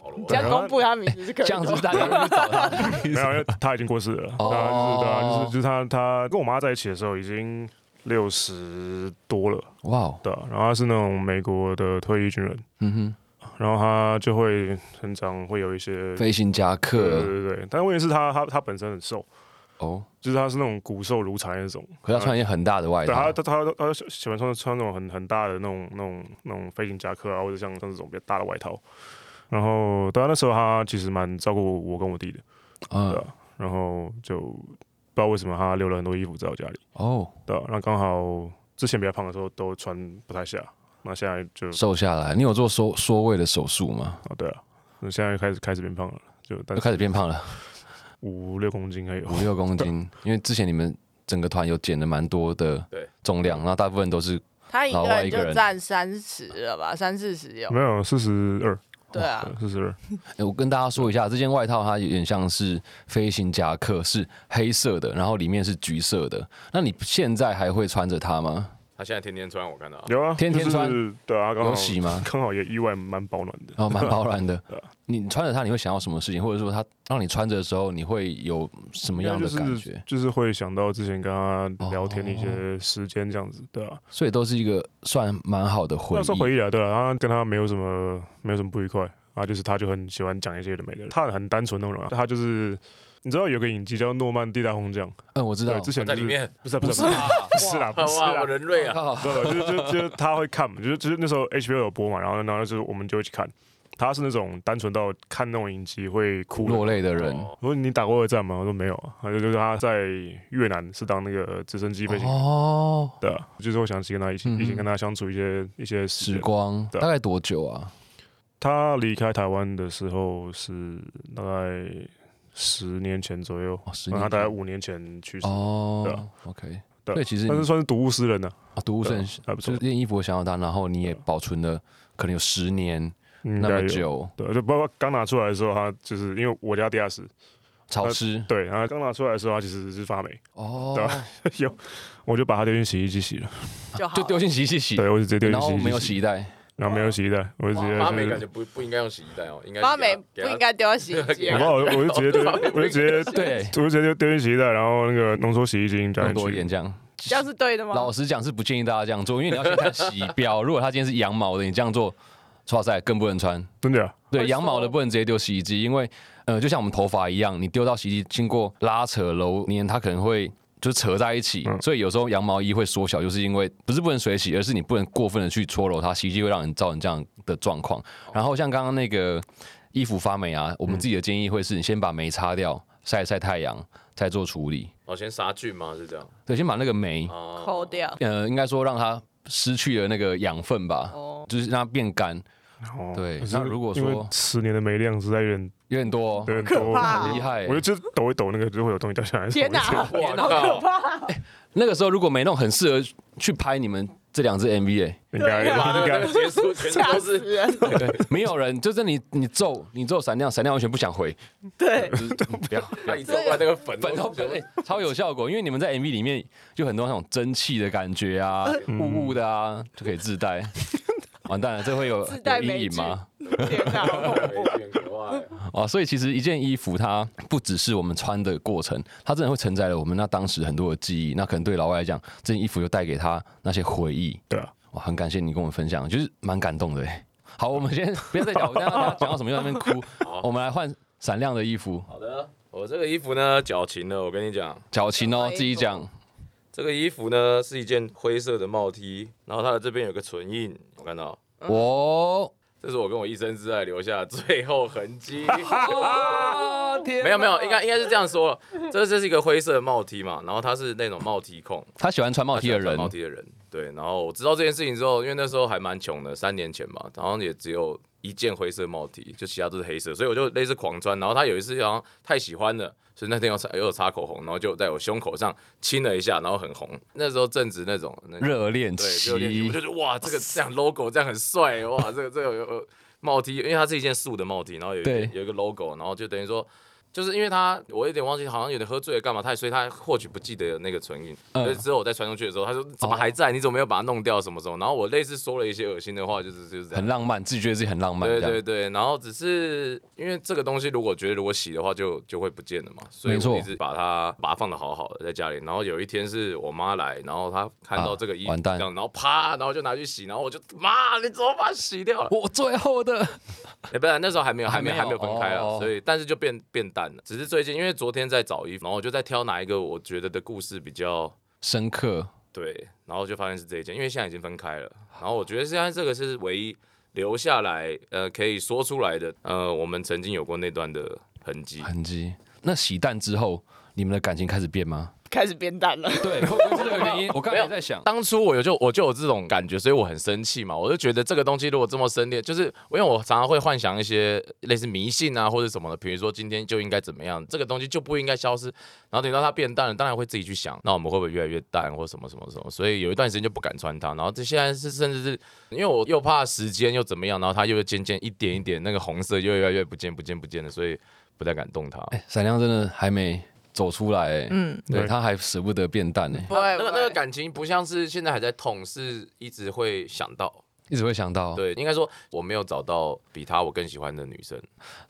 S1: 保罗
S3: 只要公布他名字是可以
S2: <laughs> 这样
S3: 的。
S2: 子大家都去找他，
S4: <laughs> 没有，因为他已经过世了。
S2: 哦
S4: 他就是对啊，就是就是他他跟我妈在一起的时候已经六十多了，
S2: 哇哦，
S4: 对啊、然后他是那种美国的退役军人，
S2: 嗯
S4: 然后他就会很常会有一些
S2: 哼，飞行夹
S4: 对
S2: 克
S4: 对对对，但问题是他他他本身很瘦，
S2: 哦，
S4: 就是他是那种骨瘦如柴那种。
S2: 可是他穿一件很大的外
S4: 对啊他，
S2: 套，
S4: 他他他喜喜欢穿穿那种很很大的那种那种那种飞行夹克啊，或者像像这种比较大的外套。然后，对啊，那时候他其实蛮照顾我跟我弟的，对
S2: 嗯
S4: 啊。然后就不知道为什么他留了很多衣服在我家里，
S2: 哦，
S4: 对啊。那刚好之前比较胖的时候都穿不太下，那现在就
S2: 瘦下来。你有做缩缩胃的手术吗？
S4: 啊，对啊，那现在开始开始变胖了，就
S2: 又
S4: 但是
S2: 开始变胖了，
S4: 五六公斤还有
S2: 五。六公斤，因为之前你们整个团有减了蛮多的
S1: 对
S2: 重量，那大部分都是
S3: 他一个
S2: 老外一
S3: 人
S2: 个人
S3: 就占三十了吧，三四十有。
S4: 没有四十二，哦
S3: 对啊，
S4: 四十二，
S2: 欸我跟大家说一下，这件外套它有点像是飞行夹克，是黑色的，然后里面是橘色的。那你现在还会穿着它吗？
S1: 他现在天天穿，我看到。
S4: 有啊，
S2: 天天
S4: <laughs> 就是
S2: 穿，
S4: 对啊，刚好
S2: 有洗吗？
S4: 刚好也意外蛮保暖的。
S2: 哦，蛮
S4: <laughs>
S2: 保暖的
S4: 对啊。
S2: 你穿着它，你会想要什么事情，或者说它让你穿着的时候，你会有什么样的感
S4: 啊就是
S2: 觉？
S4: 就是会想到之前跟他聊天的一
S2: 哦
S4: 些时间这样子，对啊，
S2: 所以都是一个算蛮好的回
S4: 那时候回
S2: 忆。
S4: 忆了，对啊，然后跟他没有什么没有什么不愉快啊，就是他就很喜欢讲一些有的没的，他很单纯那种人啊，他就是你知道有个影集叫《诺曼第大空降》，
S2: 嗯，我知道
S4: 对，。之前
S1: 在
S4: 就是
S1: 里面，
S4: 不是啊不是
S1: 哇
S4: 啊不 <laughs> 是啦不是
S1: 哇，我
S4: 啦。
S1: 人瑞啊，
S2: 靠
S4: 对吧？就是就是就是他会看嘛，就是就是那时候 HBO 有播嘛，然后然后就是我们就会去看。他是那种单纯到看那种影集会哭的
S2: 落泪的人。
S1: 哦
S4: 我说你打过二战吗？我说没有啊，他就就是他在越南是当那个直升机飞行员
S2: 哦，
S4: 的，就是我想起跟他一起、
S2: 嗯哼
S4: 一起跟他相处一些一些
S2: 时
S4: 间。
S2: 光
S4: 对
S2: 大概多久啊？
S4: 他离开台湾的时候是大概十年前左右，
S2: 哦，十
S4: 然
S2: 年前。
S4: 后他嗯大概五年前去世，对
S2: 哦
S4: 啊
S2: ，OK。
S4: 对啊
S2: 所以其实
S4: 但是
S2: 你
S4: 算是睹物诗人呢、
S2: 啊，读物
S4: 对啊
S2: 圣
S4: 还不
S2: 就
S4: 嗯错
S2: 是，练衣服，我想要它，然后你也保存了可能有十年
S4: 应
S2: 那
S4: 该
S2: 么
S4: 有。
S2: 久，
S4: 对，就包括刚拿出来的时候，他就是因为我家地下室，
S2: 潮湿
S4: 对，然后刚拿出来的时候，他其实是发霉， <laughs>
S2: 哦
S4: 呃对，有，我就把它丢进洗衣机洗了，
S3: 就好
S2: <laughs> 就
S3: 了。
S2: 丢进洗衣机洗，
S4: 对我就直接丢
S2: 然
S4: 进洗
S2: 后
S4: 衣机，
S2: 没有洗，衣袋，
S4: 然后没有洗衣袋，我就直接
S1: 发
S4: 就
S1: 霉
S4: 是啊
S1: 感觉不不应该用洗衣袋哦，应该是
S3: 发霉
S1: 给
S3: 不
S1: 他
S3: 应。该丢到洗衣机
S1: 给
S4: 好
S1: 他
S4: 不
S3: 啊，
S4: 好？我就直接丢，我就直接，
S2: 对，
S4: 我就直接丢进洗衣袋，然后那个浓缩洗衣精加
S2: 弄
S4: 进
S2: 多一
S4: 去
S2: 点。这样。
S3: 这样是对的吗？
S2: 老实讲是不建议大家这样做，因为你要先看洗标，如果它今天是羊毛的，你这样做，哇塞，更不能穿。
S4: 真的啊？
S2: 对，
S3: 会
S2: 羊毛的
S3: 馊
S2: 不能直接丢洗衣机，因为呃，就像我们头发一样，你丢到洗衣机经过拉扯揉捏，它可能会。就是扯在一起，
S4: 嗯
S2: 所以有时候羊毛衣会缩小，就是因为不是不能水洗，而是你不能过分的去搓揉它，洗衣机会让你造成这样的状况。
S3: 哦
S2: 然后像刚刚那个衣服发霉啊，我们自己的建议会是你先把霉擦掉，晒一晒太阳，再做处理。
S1: 哦，先杀菌吗？是这样
S2: 对，先把那个霉，
S1: 啊？
S3: 哦抠掉
S2: 呃，应该说让它失去了那个养分吧，
S3: 哦，
S2: 就是让它变干，
S4: 哦
S2: 对
S4: 可是
S2: 那如果
S4: 因为
S2: 说
S4: 十年的霉量实在有点
S2: 有点多、哦，
S4: 有点
S3: 可
S4: 多，
S3: 怕啊
S2: 很厉害欸、
S4: 我就就是抖一抖那个就会有东西掉下来。
S3: 天哪，
S4: 我就
S1: 我
S3: 好可
S1: 靠！
S3: 怕！
S2: 那个时候如果没弄，很适合去拍你们这两支 MV 哎、
S4: 应该
S3: 对
S1: 妈
S4: 应
S1: 的，那
S4: 该
S1: 个结束全
S3: 吓
S1: 都
S3: 死
S1: 是
S3: 人！
S2: 没有人，就是你你揍你揍闪亮，闪亮完全不想回，
S3: 对，
S2: 就是嗯不要不
S1: 他
S2: 要
S1: 一。过来那个粉
S2: 反正
S1: <laughs>
S2: 哎，超有效果，因为你们在 MV 里面就很多那种蒸汽的感觉啊，雾雾的啊，就可以自带。完蛋了，这会有
S3: 自带
S2: 有阴影
S3: 霉菌
S2: 吗？
S3: 天哪，好恐怖！
S1: 很可怕欸。
S2: 啊，所以其实一件衣服它不只是我们穿的过程，它真的会承载了我们那当时很多的记忆。那可能对老外来讲，这件衣服又带给他那些回忆。
S4: 对啊，
S2: 哇，很感谢你跟我们分享，就是蛮感动的欸。好，我们先不要再讲，我刚刚讲到什么又在那边
S1: <laughs>
S2: 哭，我们来换闪亮的衣服，
S1: 好的，我这个衣服呢，矫情了。我跟你讲，
S2: 矫情
S3: 什
S2: 哦
S1: 哎
S3: 么，衣
S2: 自己
S3: 服
S2: 讲。
S1: 这个衣服呢是一件灰色的帽 T，然后它的这边有个唇印，我看到，
S2: 我
S1: 这是我跟我一生之爱留下的最后痕
S3: <laughs>
S1: 迹。
S2: 啊，
S1: <laughs>
S2: 天
S1: 没有没有，应该应该是这样说， <laughs> 这这是一个灰色的帽 T 嘛，然后它是那种帽 T 控，
S2: 他喜欢穿帽 T 的
S1: 他喜欢
S2: 人
S1: 穿，帽 T 的人，对。然后我知道这件事情之后，因为那时候还蛮穷的，三年前吧，然后也只有一件灰色帽 T，就其他都是黑色，所以我就类似狂穿。然后他有一次好像太喜欢了，所以那天有擦有擦口红，然后就在我胸口上亲了一下，然后很红。那时候正值那种那
S2: 热恋
S1: 对热恋期，
S2: 期
S1: 我就觉得哇，这个这样 logo 这样很帅哇，这个这个有有帽 T，因为它是一件素的帽 T，然后有一
S2: 对
S1: 有一个 logo，然后就等于说就是因为他，我有点忘记，好像有点喝醉了干嘛，他所以他或许不记得有那个唇印。
S2: 嗯哦
S1: 但是之后我再传出去的时候，他说怎么还在？你怎么没有把它弄掉？什么时候？然后我类似说了一些恶心的话，就是就是这样
S2: 很。浪漫，自己觉得自己很浪漫，
S1: 对
S2: 这样
S1: 对对，然后只是因为这个东西，如果觉得如果洗的话就，就会不见了嘛，所以
S2: 没错
S1: 我一直把它把它放的好好的在家里。然后有一天是我妈来，然后她看到这个衣服
S2: 啊完蛋
S1: 这样，然后啪，然后就拿去洗，然后我就妈，你怎么把它洗掉了？
S2: 我最后的 <laughs>
S1: 哎、不是，那时候还没有，还没有
S2: 还
S1: 还
S2: 没
S1: 没
S2: 有
S1: 有分开啊，
S2: 哦
S1: 所以但是就变变淡了。只是最近因为昨天在找衣服，然后我就在挑哪一个我觉得的故事比较
S2: 深刻，
S1: 对，然后就发现是这一件，因为现在已经分开了。然后我觉得现在这个是唯一留下来，呃，可以说出来的，呃，我们曾经有过那段的痕迹。
S2: 痕迹。那洗蛋之后，你们的感情开始变吗？
S3: 开始变淡了。
S2: 对，会不会是这个原因？我刚
S1: <laughs> 没
S2: 才
S1: 有
S2: 也在想，
S1: 当初我有就我就有这种感觉，所以我很生气嘛。我就觉得这个东西如果这么深恋，就是因为我常常会幻想一些类似迷信啊或者什么的，比如说今天就应该怎么样，这个东西就不应该消失。然后等到它变淡了，当然会自己去想，那我们会不会越来越淡或什么什么什么？所以有一段时间就不敢穿它。然后这现在是甚至是因为我又怕时间又怎么样，然后它又渐渐一点一点那个红色又越来越不见不见不见的，所以不太敢动它。
S2: 哎闪亮真的还没走出来、哎
S3: 嗯，
S2: 对
S4: 对
S2: 他还舍不得变淡呢、哎
S3: 不会，
S1: 那个
S3: 不
S1: 那
S3: 会
S1: 个感情不像是现在还在痛，是一直会想到。
S2: 一直会想到。
S1: 对，应该说我没有找到比她我更喜欢的女生，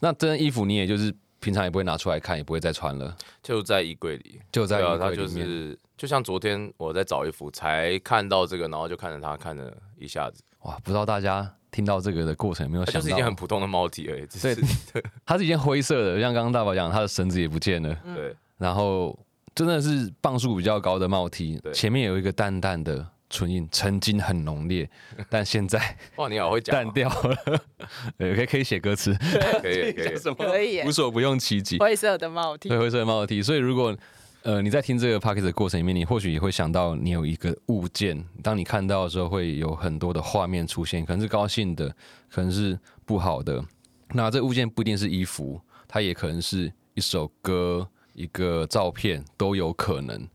S2: 那这件衣服你也就是平常也不会拿出来看，也不会再穿了，
S1: 就在衣柜里。
S2: 就在
S1: 对啊，
S2: 衣
S1: 她
S2: 柜
S1: 就
S2: 里面。
S1: 是就像昨天我在找衣服才看到这个，然后就看着她看了一下子，
S2: 哇，不知道大家听到这个的过程有没有
S1: 它
S2: 想
S1: 就
S2: 到？
S1: 是一件很普通的猫 T 而已，只是
S2: 对它是一件灰色的，像刚刚大宝讲，它的绳子也不见了，
S1: 对
S2: 然后真的是磅数比较高的帽 T，
S1: 对
S2: 前面有一个淡淡的唇印，曾经很
S1: <laughs>
S2: 浓烈，但现在
S1: 哇，你好会讲
S2: 淡
S1: 哦，
S2: 掉了。 <laughs> 对，可以可以写歌词，
S1: 可以
S2: <laughs>
S1: 可以，
S2: 什么
S3: 可以耶
S2: 无所不用其极。
S3: 灰色的帽 T，
S2: 对，灰色帽 T。所以如果呃你在听这个 p o c k e t 的过程里面，你或许也会想到你有一个物件，当你看到的时候，会有很多的画面出现，可能是高兴的，可能是不好的。那这物件不一定是衣服，它也可能是一首歌、一个照片都有可能。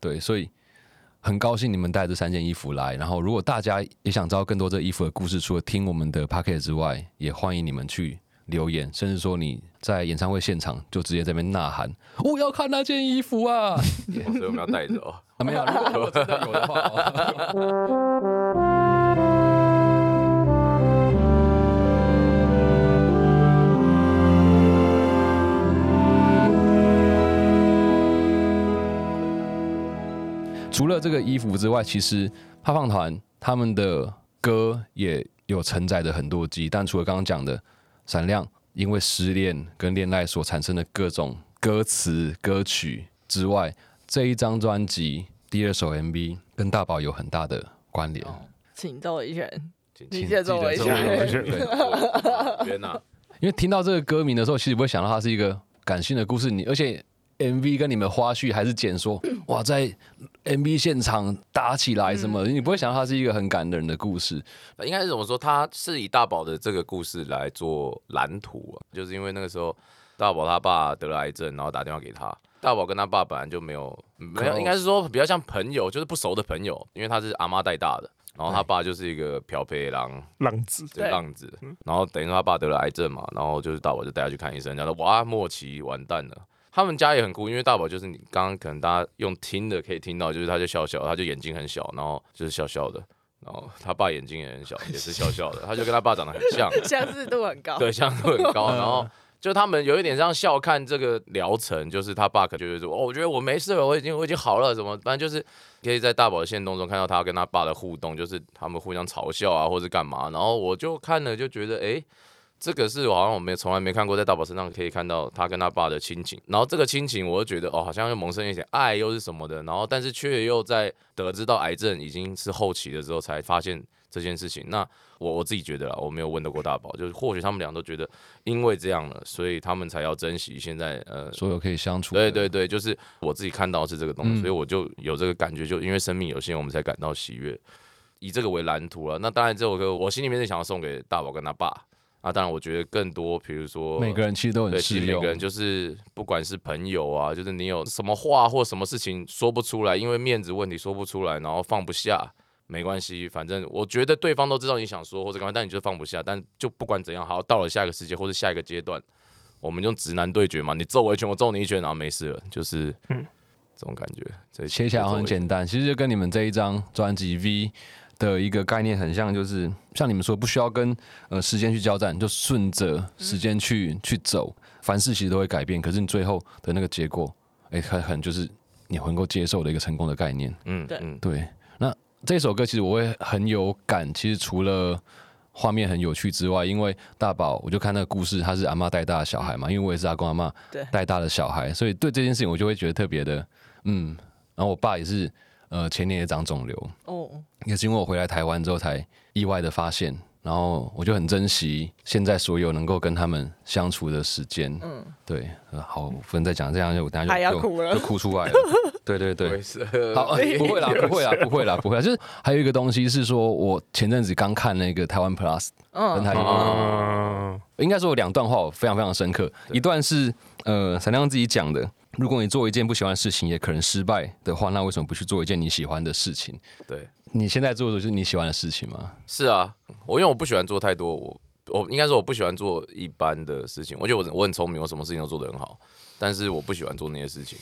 S2: 对，所以很高兴你们带这三件衣服来。然后，如果大家也想知道更多这衣服的故事，除了听我们的 p o c k e t 之外，也欢迎你们去留言，甚至说你在演唱会现场就直接在那边呐喊：“我要看那件衣服啊！”
S1: 所以我们要带着
S2: <laughs>
S1: 哦。
S2: 啊没有，如果如果真的有的话、哦。 <laughs> 除了这个衣服之外，其实怕胖团他们的歌也有承载着很多集，但除了刚刚讲的闪亮，因为失恋跟恋爱所产生的各种歌词歌曲之外，这一张专辑第二首 MV 跟大宝有很大的关联。
S3: 请揍一拳，
S1: 请
S3: 你接揍我一
S2: 记
S1: 请揍
S2: 得揍我
S3: 拳
S2: 一。
S4: 拳
S2: 对
S1: 我天哪，
S2: 因为听到这个歌名的时候，其实不会想到它是一个感性的故事。你而且 MV 跟你们花絮还是
S1: <coughs>
S2: 剪说，哇，在 MV 现场打起来什
S1: 嗯
S2: 么的，你不会想到它是一个很感人的故事。
S1: 应该是怎么说？他是以大宝的这个故事来做蓝图啊，就是因为那个时候大宝他爸得了癌症，然后打电话给他。大宝跟他爸本来就没有没
S2: Close
S1: 有，应该是说比较像朋友，就是不熟的朋友，因为他是阿妈带大的，然后他爸就是一个漂白狼，
S4: 浪子，
S1: 这
S3: 对
S1: 浪子，然后等于他爸得了癌症嘛，然后就是大宝就带他去看医生，讲说哇莫奇完蛋了。他们家也很酷，因为大宝就是你刚刚可能大家用听的可以听到，就是他就笑笑，他就眼睛很小，然后就是笑笑的，然后他爸眼睛也很小，也是笑笑的，他就跟他爸长得很像，
S3: <laughs> 相似度很高。
S1: 对，像素很高，然后。就他们有一点像笑看这个疗程，就是他爸可能就是说，哦，我觉得我没事了，我已经我已经好了，什么，反正就是可以在大宝的线动中看到他跟他爸的互动，就是他们互相嘲笑啊，或者干嘛。然后我就看了就觉得，诶，这个是我好像我没从来没看过，在大宝身上可以看到他跟他爸的亲情。然后这个亲情，我就觉得哦，好像又萌生一点爱又是什么的。然后但是却又在得知到癌症已经是后期的时候，才发现这件事情。那我我自己觉得啦，我没有问得过大宝，就是或许他们俩都觉得，因为这样了，所以他们才要珍惜现在呃。
S2: 所有可以相处，
S1: 对对，对，就是我自己看到的是这个东西，
S2: 嗯
S1: 所以我就有这个感觉，就因为生命有限，我们才感到喜悦，以这个为蓝图了。那当然，这首歌我心里面是想要送给大宝跟他爸啊。当然，我觉得更多，比如说
S2: 每个人其实都很
S1: 对，其
S2: 适
S1: 实每
S2: 用
S1: 个。人就是不管是朋友啊，就是你有什么话或什么事情说不出来，因为面子问题说不出来，然后放不下，没关系，反正我觉得对方都知道你想说或者干嘛，但你就放不下，但就不管怎样，好到了下一个世界或者下一个阶段，我们用直男对决嘛，你揍我一拳，我揍你一拳，然后没事了，就是
S4: 嗯
S1: 这种感觉。这一
S2: 切起来好像很
S1: 这种
S2: 简单，其实就跟你们这一张专辑 V 的一个概念很像，就是像你们说，不需要跟呃时间去交战，就顺着时间去、去走，凡事其实都会改变，可是你最后的那个结果，哎、很很就是你能够接受的一个成功的概念。
S1: 嗯
S3: 对
S1: 嗯，
S2: 对，那这首歌其实我会很有感，其实除了。画面很有趣之外，因为大宝，我就看那个故事，他是阿妈带大的小孩嘛，因为我也是阿公阿妈
S3: 对
S2: 带大的小孩，所以对这件事情我就会觉得特别的，嗯。然后我爸也是，呃，前年也长肿瘤，
S3: 哦，
S2: 也是因为我回来台湾之后才意外的发现，然后我就很珍惜现在所有能够跟他们相处的时间。嗯，对，呃、好，不能再讲这样，我等下就
S3: 还要
S2: 就
S3: 哭了
S2: 就哭出
S3: <laughs>
S2: 来了。对对对，
S1: 事。
S2: 好，呃不会啦，不会啦，不会啦，不会啦。就是还有一个东西是说，我前阵子刚看那个台湾 Plus，跟
S3: 嗯，
S2: 台
S1: 啊
S4: 嗯，
S2: 应该说有两段话我非常非常深刻，一段是呃闪亮自己讲的。如果你做一件不喜欢的事情，也可能失败的话，那为什么不去做一件你喜欢的事情？
S1: 对，
S2: 你现在做的就是你喜欢的事情吗？
S1: 是啊，我因为我不喜欢做太多，我我应该说我不喜欢做一般的事情。我觉得我我很聪明，我什么事情都做得很好，但是我不喜欢做那些事情，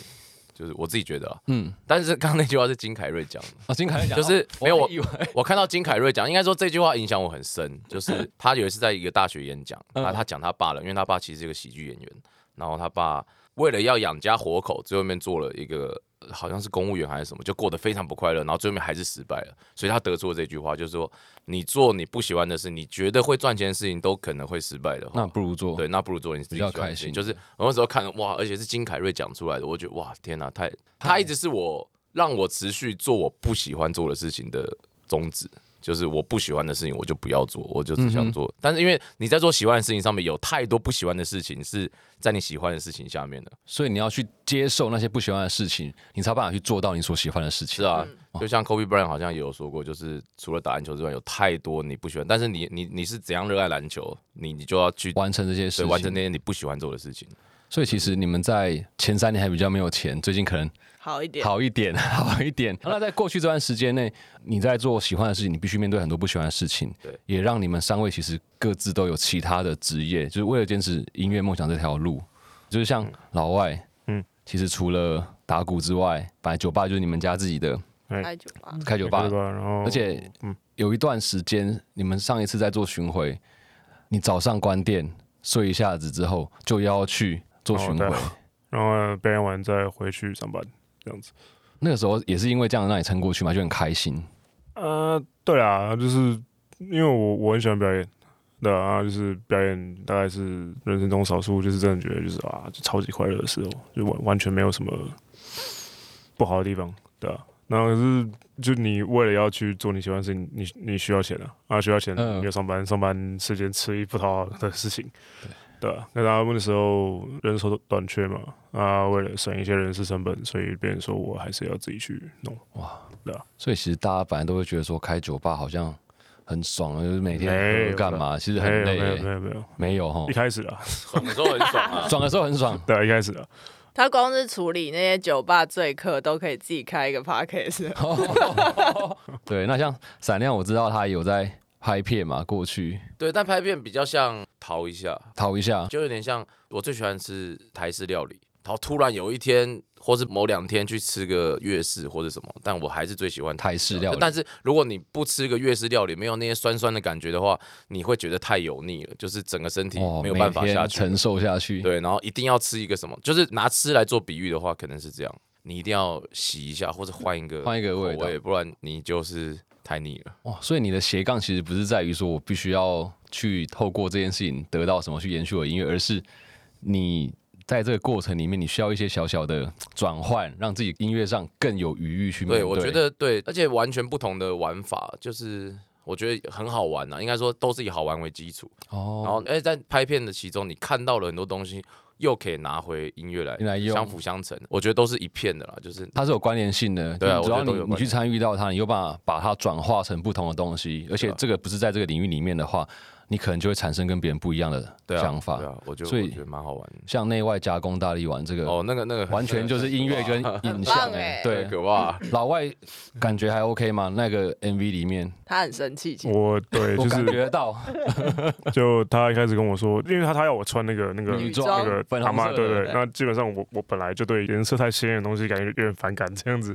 S1: 就是我自己觉得、啊。嗯，但是刚刚那句话是金凯瑞讲的。
S2: 啊，金凯瑞讲
S1: 就是
S2: 哦
S1: 没有
S2: 还
S1: 我
S2: 以为
S1: 我看到金凯瑞讲，应该说这句话影响我很深，就是他有一次在一个大学演讲，
S2: 嗯
S1: 啊，他讲他爸了，因为他爸其实是一个喜剧演员，然后他爸为了要养家活口，最后面做了一个呃好像是公务员还是什么，就过得非常不快乐，然后最后面还是失败了，所以他得出了这句话，就是说你做你不喜欢的事，你觉得会赚钱的事情，都可能会失败的话
S2: 那不如做。
S1: 对，那不如做你自己
S2: 比较
S1: 喜欢的
S2: 开
S1: 事情
S2: 心
S1: 就是我那时候看哇，而且是金凯瑞讲出来的，我觉得哇，天哪、太他一直是我让我持续做我不喜欢做的事情的宗旨。就是我不喜欢的事情，我就不要做，我就
S2: 嗯
S1: 只想做。但是因为你在做喜欢的事情上面，有太多不喜欢的事情是在你喜欢的事情下面的。
S2: 所以你要去接受那些不喜欢的事情，你才有办法去做到你所喜欢的事情。
S1: 是啊，就像 Kobe Bryant 好像也有说过，就是除了打篮球之外，有太多你不喜欢，但是你你你是怎样热爱篮球，你你就要去
S2: 完成这些事
S1: 对
S2: 情，
S1: 完成那些你不喜欢做的事情。
S2: 所以其实你们在前三年还比较没有钱，最近可能
S3: 好一点，
S2: 好一点，好一点。那在过去这段时间内，你在做喜欢的事情，你必须面对很多不喜欢的事情，
S1: 对，
S2: 也让你们三位其实各自都有其他的职业，就是为了坚持音乐梦想这条路。就是像老外，嗯
S4: 嗯，
S2: 其实除了打鼓之外，本来酒吧就是你们家自己的
S3: 开酒吧，
S2: 开酒吧
S4: 对，吧？然后
S2: 而且
S4: 嗯
S2: 有一段时间，你们上一次在做巡回，你早上关店睡一下子之后，就要去做巡回。
S4: 哦对然后表演完再回去上班，这样子。
S2: 那个时候也是因为这样让你撑过去嘛，就很开心。
S4: 呃，对啊，就是因为我我很喜欢表演，对啊，然后就是表演大概是人生中少数，就是真的觉得就是啊，就超级快乐的时候，就完完全没有什么不好的地方，对啊。然后可是就你为了要去做你喜欢的事情，你你需要钱啊，啊需要钱，
S2: 嗯
S4: 你要上班，上班时间吃力 <laughs> 不讨好的事情。对啊，那他们那时候人手都短缺嘛，啊，为了省一些人事成本，所以别人说我还是要自己去弄。
S2: 所以其实大家本来都会觉得说开酒吧好像很爽，就是每
S4: 没
S2: 天
S4: 有
S2: 喝干嘛，其实很
S4: 没
S2: 累
S4: 有
S2: 耶。
S4: 没有没
S2: 哦
S4: 有没有，
S2: 没有哈
S4: 一，开始啊，
S1: 爽的时候很爽啊，
S2: 爽的时候很爽， <laughs>
S4: 对啊，一开始啊，
S3: 他光是处理那些酒吧醉客，都可以自己开一个 podcast。 <laughs>
S2: 对。那像闪亮，我知道他有在拍片嘛，过去
S1: 对，但拍片比较像逃一下，
S2: 逃一下，
S1: 就有点像我最喜欢吃台式料理，然后突然有一天或是某两天去吃个粤式或者什么，但我还是最喜欢
S2: 台式料理
S1: 但是如果你不吃个粤式料理，没有那些酸酸的感觉的话，你会觉得太油腻了，就是整个身体
S2: 哦，
S1: 没有
S2: 每
S1: 办法下
S2: 天
S1: 去。
S2: 承受下去。
S1: 对，然后一定要吃一个什么，就是拿吃来做比喻的话，可能是这样，你一定要洗一下或者换一个
S2: 换一个
S1: 口
S2: 味道
S1: 味，不然你就是太腻了。
S2: 哇，所以你的斜杠其实不是在于说我必须要去透过这件事情得到什么去延续我的音乐，而是你在这个过程里面，你需要一些小小的转换，让自己音乐上更有余裕去面
S1: 对，我觉得对，而且完全不同的玩法，就是我觉得很好玩呐、啊应该说都是以好玩为基础，
S2: 哦，
S1: 然后而且在拍片的其中，你看到了很多东西，又可以拿回音乐来
S2: 来用
S1: 相辅相成，我觉得都是一片的啦，
S2: <laughs>
S1: 就是。
S2: 它是有关联性的，
S1: 对啊
S2: 就只
S1: 我
S2: 要
S1: 觉得都
S2: 你
S1: 有
S2: 你
S1: 关
S2: 去
S1: 联嗯
S2: 参与到它，你又把把它转化成不同的东西，而且这个不是在这个领域里面的话，你可能就会产生跟别人不一样的
S1: 对啊，
S2: 想法。
S1: 对啊，我觉得
S2: 所以
S1: 我觉得蛮好玩
S2: <laughs>
S1: 的。
S2: 像内外加工大力丸这个，
S1: 哦，那个那个
S2: 完全就是
S1: <laughs>
S2: 音乐跟影像
S3: 很棒
S2: 哎、
S3: 欸
S1: 对
S2: 对，
S1: 可怕，啊
S2: 老外感觉还 OK 吗？那个 MV 里面，
S3: 他很生气，
S2: 哦
S3: 其实
S4: 我
S2: <laughs>
S4: 对，
S2: 我
S4: 就
S2: 感
S4: 是
S2: 觉到
S4: 就他一开始跟我说，因为他他要我穿那个那个
S2: 女
S3: 女
S2: 装
S3: 装
S4: 那个
S2: 粉
S4: 阿
S2: 红
S4: 妈，
S2: 色的
S4: 对对
S3: 对
S4: 那基本上我我本来就对颜色太鲜艳的东西感觉有点反感这样子，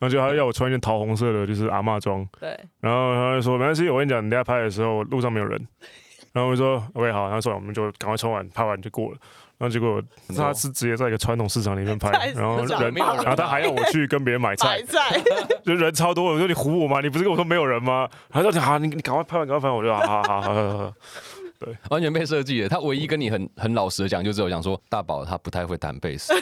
S4: 然后就他要我穿一件桃红色的，就是阿妈装，
S3: 对，
S4: 然后他就说没关系，我跟你讲，你等一下拍的时候路上没有人，然后我就说 OK 好，然后算了，我们就赶快穿完拍完就过了。然后结果他是直接在一个传统市场里面拍
S3: 太，
S4: 然后
S3: 市场
S4: 人，
S1: 没有人
S4: 然后他还要我去跟别人买菜
S3: 白，菜，
S2: <laughs>
S4: 就人超多，我说你唬我吗？你不是跟我说没有人吗？他说好，你你赶快拍完，赶快拍完，我就好好好好好好。
S2: 完全被设计的。他唯一跟你很很老实的讲，就只有讲说大宝他不太会弹贝斯，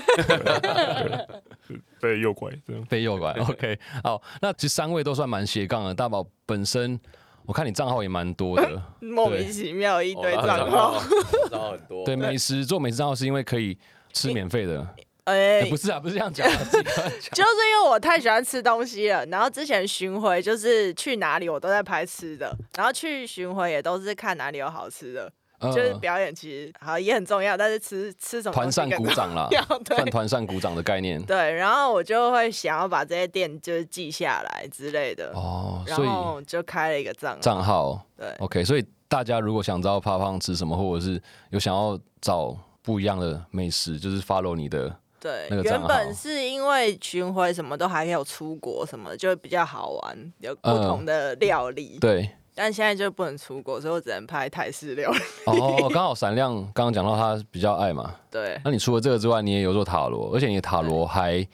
S4: 被诱拐这样。
S2: 被诱拐。OK，好，啊那其实三位都算蛮斜杠的。大宝本身，我看你账号也蛮多
S3: <laughs>
S2: 的，
S3: 莫名其妙一堆
S1: 哦
S3: 账 <laughs> 号，，
S1: 账号很多，
S2: 对，美食做美食账号是因为可以吃免费的，
S3: 哎
S2: 欸、不是啊，不是这样讲啊，自己乱讲
S3: 就是因为我太喜欢吃东西了，然后之前巡回就是去哪里我都在拍吃的，然后去巡回也都是看哪里有好吃的，
S2: 嗯
S3: <laughs> 就是表演其实好也很重要，但是吃吃什么
S2: 团
S3: 东西
S2: 扇
S3: 更
S2: 鼓掌啦
S3: 重， <laughs> 要，
S2: 算
S3: 对
S2: 团扇鼓掌的概念
S3: 对，然后我就会想要把这些店就是记下来之类的，
S2: 哦，
S3: 然
S2: 所以哦
S3: 后就开了一个账号，
S2: 账号
S3: 对
S2: OK，所以大家如果想知道胖胖吃什么，或者是有想要找不一样的美食，就是 follow 你的
S3: 对
S2: 那个，账
S3: 原
S2: 号
S3: 本是因为巡回什么都还有出国什么，就比较好玩，有不同的料理，
S2: 嗯对。
S3: 但现在就不能出国，所以我只能拍台式料理， <laughs>
S2: 哦，刚好闪亮刚刚讲到他比较爱嘛，
S3: 对。
S2: 那你除了这个之外，你也有做塔罗，而且你的塔罗还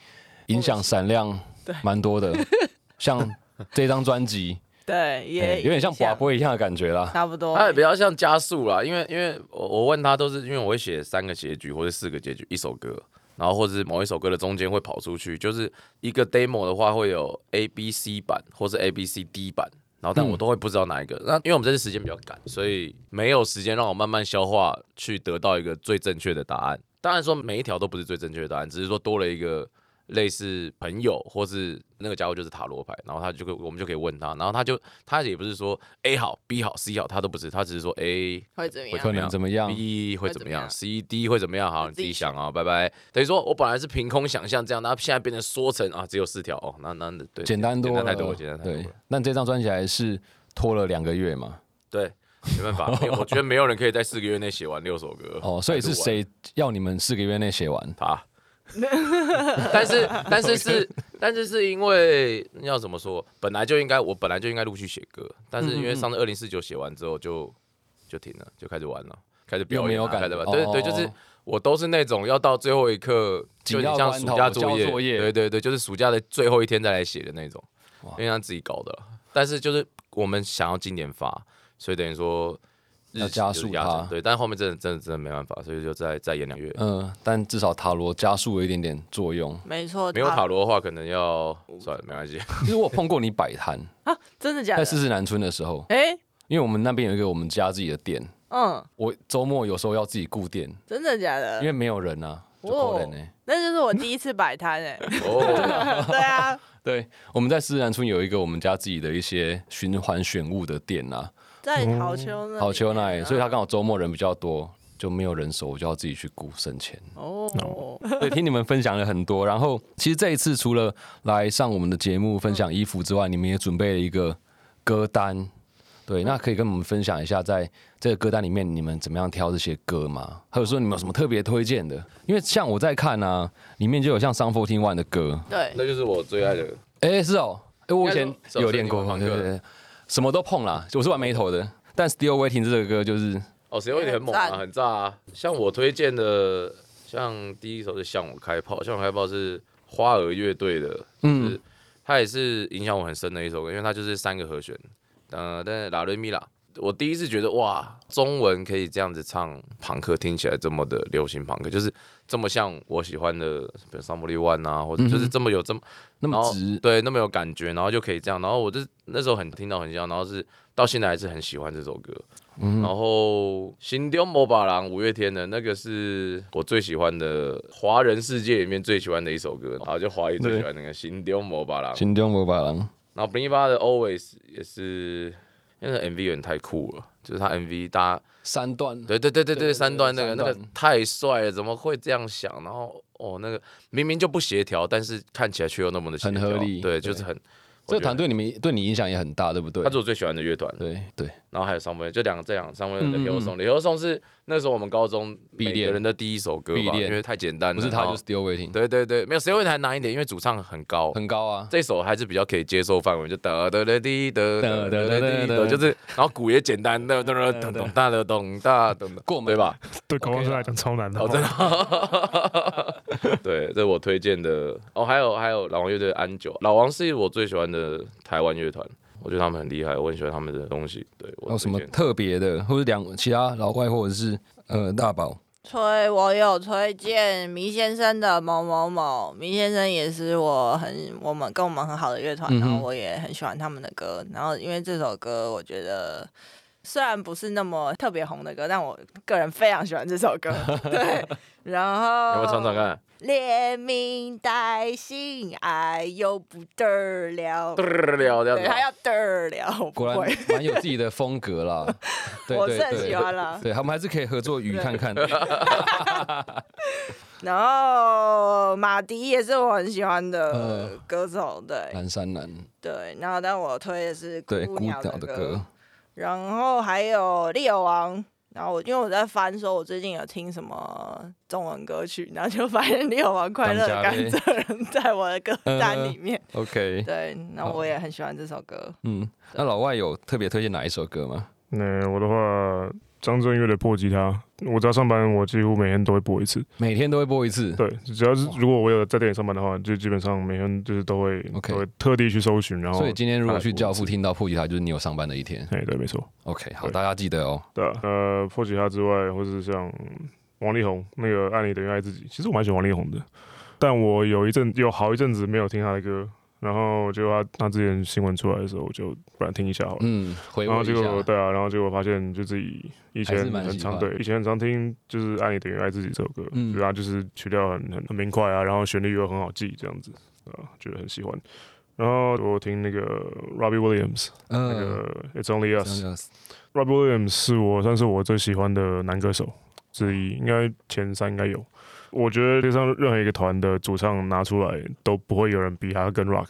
S2: 影响闪亮
S3: 对
S2: 蛮多
S3: <laughs>
S2: 的，像这张专辑，
S3: 对， <laughs> 也
S2: 欸有点像寡播一样的感觉啦。
S3: 差不多。
S1: 它也比较像加速啦，因为因为我我问他都是因为我会写三个结局或者四个结局一首歌，然后或者是某一首歌的中间会跑出去，就是一个 demo 的话会有 A B C 版或是 A B C D 版，然后但我都会不知道哪一个。那因为我们这次时间比较赶，所以没有时间让我慢慢消化去得到一个最正确的答案。当然说每一条都不是最正确的答案，只是说多了一个类似朋友或是那个家伙就是塔罗牌，然后他就可以我们就可以问他，然后他就他也不是说 A 好 B 好 C 好，他都不是，他只是说 A
S3: 会怎么
S1: 会
S2: 可
S3: 样？
S2: 能怎么样
S1: B 会怎么样
S3: 会
S1: ，C E D 会怎么样？好，
S3: 你
S1: 你
S3: 自
S1: 自
S3: 己
S1: 己想啊，拜拜。等于说我本来是凭空想象这样，那现在变成缩成啊，只有四条哦，那那对，
S2: 简单多
S1: 简
S2: 了，
S1: 单太多了，简单太多
S2: 对
S1: 了。，
S2: 那这张专辑还是拖了两个月嘛？
S1: 对，没办法，因为我觉得没有人可以在四个月内写完六首歌。
S2: 哦，所以是谁要你们四个月内写完？ <laughs>
S1: 他。但是但是是但是是因为要怎么说，本来就应该我本来就应该陆续写歌，但是因
S2: 嗯
S1: 为上次二零四九写完之后就就停了，就开始玩了，开始表
S2: 又没
S1: 演
S2: 有
S1: 了，
S2: 感
S1: 开始
S2: 觉
S1: 玩。对对，
S2: 哦
S1: 就是我都是那种要到最后一刻，
S2: 紧
S1: 就你
S2: 要
S1: 像
S2: 关
S1: 暑
S2: 头
S1: 假
S2: 交
S1: 作业，
S2: 作业
S1: 对对对，就是暑假的最后一天再来写的那种，因为他自己搞的。但是就是我们想要今年发，所以等于说日
S2: 要
S1: 期
S2: 加
S1: 就是
S2: 速
S1: 成
S2: 它
S1: 对，但后面真的真的真的没办法，所以就再再演两个月。
S2: 嗯，但至少塔罗加速了一点点作用。 <laughs>
S3: 没错，
S1: 没有塔罗的话，可能要算了，没关系。
S2: 其实我有碰过你摆
S3: <laughs>
S2: 摊，
S3: 啊，真的假
S2: 在
S3: 的？
S2: 四四南村的时候，
S3: 哎，
S2: 因为我们那边有一个我们家自己的店，
S3: 嗯，
S2: 我周末有时候要自己顾店，
S3: 真的假的
S2: 因？为没有人啊，就够人呢、
S3: 那就是我第一次摆摊哎。
S1: 哦，
S3: <laughs> 对啊，
S2: 对，我们在四南村有一个我们家自己的一些循环选物的店啊，
S3: 在桃丘那。啊
S2: 好秋那里，所以
S3: 他
S2: 他刚好周末人比较多，就没有人手，我就要自己去顾省钱。
S3: 哦，
S2: 对，听你们分享了很多，然后其实这一次除了来上我们的节目分享衣服之外，你们也准备了一个歌单。对，那可以跟我们分享一下，在这个歌单里面，你们怎么样挑这些歌吗？或者说你们有什么特别推荐的？因为像我在看啊，里面就有像《Sun Fourteen One》的歌， <laughs>
S3: 对，
S1: 那就是我最爱的。
S2: 哎、是哦，哎、我以前
S1: 是
S2: 有练过
S1: 是，你玩
S2: 对对
S1: 过
S2: 对，什么都碰啦，我是玩眉头的，但《Still Waiting》这首歌就是
S1: 哦，谁会很猛
S3: 很
S1: 啊，
S3: 赞
S1: 很炸啊！像我推荐的，像第一首是《向我开炮》，《向我开炮》是花儿乐队的，
S2: 嗯
S1: 嗯，它也是影响我很深的一首歌，因为它就是三个和弦，呃，但是拉瑞米拉。我第一次觉得哇，中文可以这样子唱朋克，听起来这么的流行朋克，就是这么像我喜欢的，比如《Somebody One》啊，或者就是这么有这么
S2: 那
S1: 然
S2: 么
S1: 后
S2: 直，
S1: 对，那么有感觉，然后就可以这样，然后我就那时候很听到很像，然后是到现在还是很喜欢这首歌。
S2: 嗯
S1: 然后《新丢某把郎》五月天的那个是我最喜欢的华人世界里面最喜欢的一首歌，然后就华语最喜欢那个《新丢某把郎》，
S2: 心中无白狼，
S1: 然后 Bling 八的 Always 也是因为那 MV 有点太酷了，就是他 MV 大家
S2: 三段，
S1: 对对对对
S2: 对对
S1: 对，三段那个
S2: 三
S1: 那
S2: 段
S1: 个太帅了，怎么会这样想？然后哦，那个明明就不协调，但是看起来却又那么的协
S2: 很
S1: 调，
S2: 合理
S1: 对，
S2: 对
S1: 就是很。
S2: 这
S1: 我觉得
S2: 个团队你们对你影响也很大，对不对
S1: 他？是我最喜欢的乐团，
S2: 对对，
S1: 然后还有上半就两个这样，上半的《
S2: 嗯
S1: Hill Song》，《Hill Song》是那时候我们高中
S2: 必
S1: 每个
S2: 练
S1: 人的第一首歌
S2: 必
S1: 吧，
S2: 练
S1: 因为太简单了，
S2: 不是
S1: 然
S2: 他
S1: 后
S2: 就是 Still Waiting，
S1: 对对对，没有谁会还难一点，因为主唱很高，
S2: 很高啊，
S1: 这首还是比较可以接受范围，就哒哒哒滴哒哒哒哒滴哒，
S2: 哒
S1: 就是然后鼓也简单，哒哒哒咚咚哒哒咚哒咚哒，
S2: 过门
S1: 对吧？
S4: 对高中生来讲超难的。
S1: 哦，真
S2: <laughs>
S1: 的，对，这是我推荐的。哦，还有还有老王乐队安九，老王是我最喜欢的台湾乐团，我觉得他们很厉害，我很喜欢他们的东西。对，我
S2: 还哦有什么
S1: 推荐
S2: 特别的，或者两其他老外或者是呃大宝，
S3: 推我有推荐迷先生的某某某，迷先生也是我很我们跟我们很好的乐团，
S2: 嗯哼
S3: 然后我也很喜欢他们的歌，然后因为这首歌我觉得。虽然不是那么特别红的歌，但我个人非常喜欢这首
S2: <laughs>
S3: 歌。对，然后
S1: 要不要唱唱看？
S3: 连名带姓，爱又不得了。
S2: 哦
S1: 嘚儿了这样
S3: 对，他
S1: 子。
S3: 要得了，我不
S2: 果然
S3: 会，
S2: 蛮有自己的风格 <laughs> 啦。对
S3: 我
S2: 对
S3: 是很
S2: 对
S3: 喜欢啦。
S2: 对他们还是可以合作鱼
S3: 对
S2: 看看。
S3: 然后马迪也是我很喜欢的
S2: 嗯
S3: 歌手，对
S2: 蓝山南，
S3: 对。然后但我推的是
S2: 对孤
S3: 鸟
S2: 鸟
S3: 的
S2: 的歌，
S3: 然后还有利友王。然后我因为我在翻说，我最近有听什么中文歌曲，然后就发现《利
S2: <laughs>
S3: 友王快乐的甘
S2: 张
S3: 蔗人》在我的歌单
S2: <laughs>
S3: 里面。
S2: OK，
S3: 对，那
S2: 嗯好
S3: 我也很喜欢这首歌。
S2: 嗯，那老外有特别推荐哪一首歌吗？
S4: 那我的话，张震岳的破吉他，我只要上班，我几乎每天都会播一次。
S2: 每天都会播一次。
S4: 对，只要是如果我有在店里上班的话，就基本上每天就是都会
S2: OK
S4: 都会特地去搜寻，然后
S2: 所以今天如果去教父
S4: 厅，
S2: 听到破吉他，就是你有上班的一天。
S4: 哎，对，没错，
S2: OK，好，
S4: 对
S2: 大家记得哦。
S4: 对啊，呃，破吉他之外，或是像王力宏那个《爱你等于爱自己》，其实我蛮喜欢王力宏的，但我有一阵有好一阵子没有听他的歌，然后就他他之前新闻出来的时候，我就不然听一下好了。
S2: 嗯，回
S4: 然
S2: 味
S4: 后结
S2: 一
S4: 果
S2: 下。
S4: 对啊，然后结果发现就自己以
S2: 还
S4: 前
S2: 是蛮
S4: 很
S2: 喜
S4: 常
S2: 欢
S4: 对，以前很常听就是《爱你等于爱自己》这首歌，
S2: 嗯
S4: 对啊，就是曲调很很很明快啊，然后旋律又很好记，这样子啊，觉得很喜欢。然后我听那个 Robbie Williams 那
S2: 嗯，
S4: 个 It's Only
S2: 这
S4: Us，
S2: 样
S4: Robbie Williams 是我算是我最喜欢的男歌手之一，应该前三应该有。我觉得这上任何一个团的主唱拿出来都不会有人比他更 rock，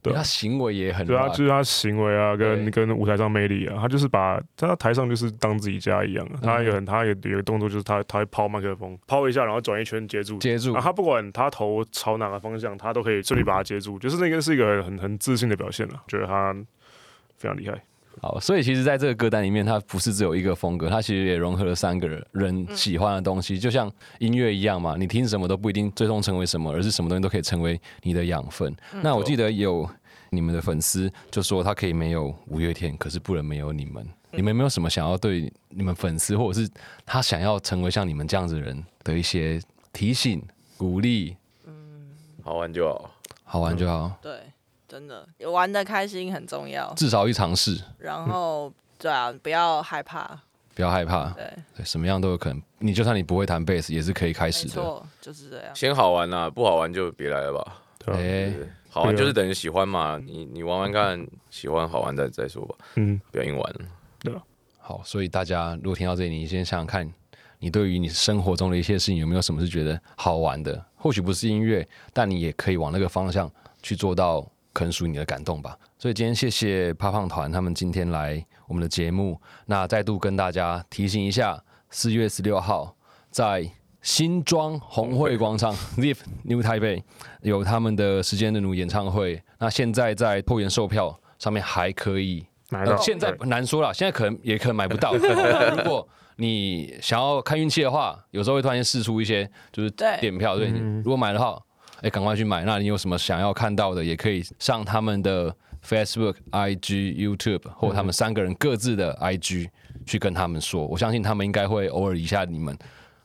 S4: 对啊
S2: 他行为也很
S4: 对啊，
S2: rock
S4: 就是他行为啊，跟
S2: 对
S4: 跟舞台上魅力啊，他就是把他在台上就是当自己家一
S2: 嗯
S4: 样啊。他有很他有有一个动作就是他他会抛麦克风，抛一下然后转一圈接住，
S2: 接住
S4: 啊，。他不管他头朝哪个方向，他都可以顺利把它接住，就是那个是一个很很很自信的表现了、啊觉得他非常厉害。
S2: 好，所以其实在这个歌单里面，它不是只有一个风格，它其实也融合了三个人
S3: 嗯
S2: 喜欢的东西，就像音乐一样嘛，你听什么都不一定最终成为什么，而是什么东西都可以成为你的养分。
S3: 嗯
S2: 那我记得有你们的粉丝就说，他可以没有五月天，可是不能没有你们。
S3: 嗯
S2: 你们有没有什么想要对你们粉丝，或者是他想要成为像你们这样子的人的一些提醒、鼓励？
S1: 好玩就好。
S2: 好玩就好，
S3: 对，真的玩的开心很重要。
S2: 至少去尝试，
S3: 然后对啊，不要害怕，
S2: 不要害怕，
S3: 对，
S2: 对，什么样都有可能。你就算你不会弹贝斯，也是可以开
S3: 没
S2: 始的。
S3: 错，就是这样。
S1: 先好玩啦，不好玩就别来了吧。
S4: 对啊，
S2: 哎、
S1: 嗯对好玩
S4: 对啊
S1: 就是等于喜欢嘛，你你玩玩看，喜欢好玩再再说吧，
S4: 嗯，
S1: 不要硬玩。
S2: 好，所以大家如果听到这里，你先想想看，你对于你生活中的一些事情有没有什么是觉得好玩的？或许不是音乐，但你也可以往那个方向去做到，可能属于你的感动吧。所以今天谢谢胖胖团他们今天来我们的节目，那再度跟大家提醒一下，四月十六号在。新庄红会广场 Live New Taipei 有他们的时间的奴演唱会，那现在在破元售票上面还可以
S4: 买
S2: 呃
S4: 到
S2: 现在
S4: 对
S2: 难说了，现在可能也可能买不到。如果你想要看运气的话，有时候会突然间试出一些就是
S3: 对
S2: 点票，对，你如果买的话，哎、赶快去买。那你有什么想要看到的，也可以上他们的 Facebook、IG、YouTube 或他们三个人各自的 IG 去跟他们说。我相信他们应该会偶尔移一下你们，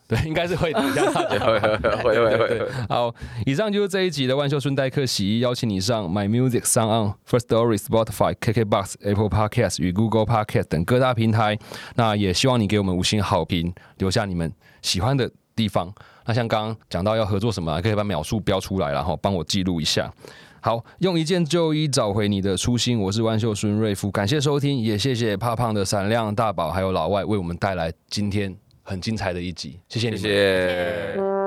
S2: 对，应该是会移一下大家。
S1: 会会 <laughs> 会会会。
S2: 好，以上就是这一集的万秀顺带客洗衣，邀请你上 My Music、s o n First Story、Spotify、KKBox、Apple Podcast 与 Google Podcast 等各大平台。那也希望你给我们五星好评，留下你们喜欢的地方。那像刚刚讲到要合作什么啊，可以把秒数标出来，然后帮我记录一下。好，用一件旧衣找回你的初心。我是万秀孙瑞夫，感谢收听，也谢谢胖胖的闪亮大宝还有老外为我们带来今天很精彩的一集，谢谢你
S1: 谢
S2: 们。
S1: 谢。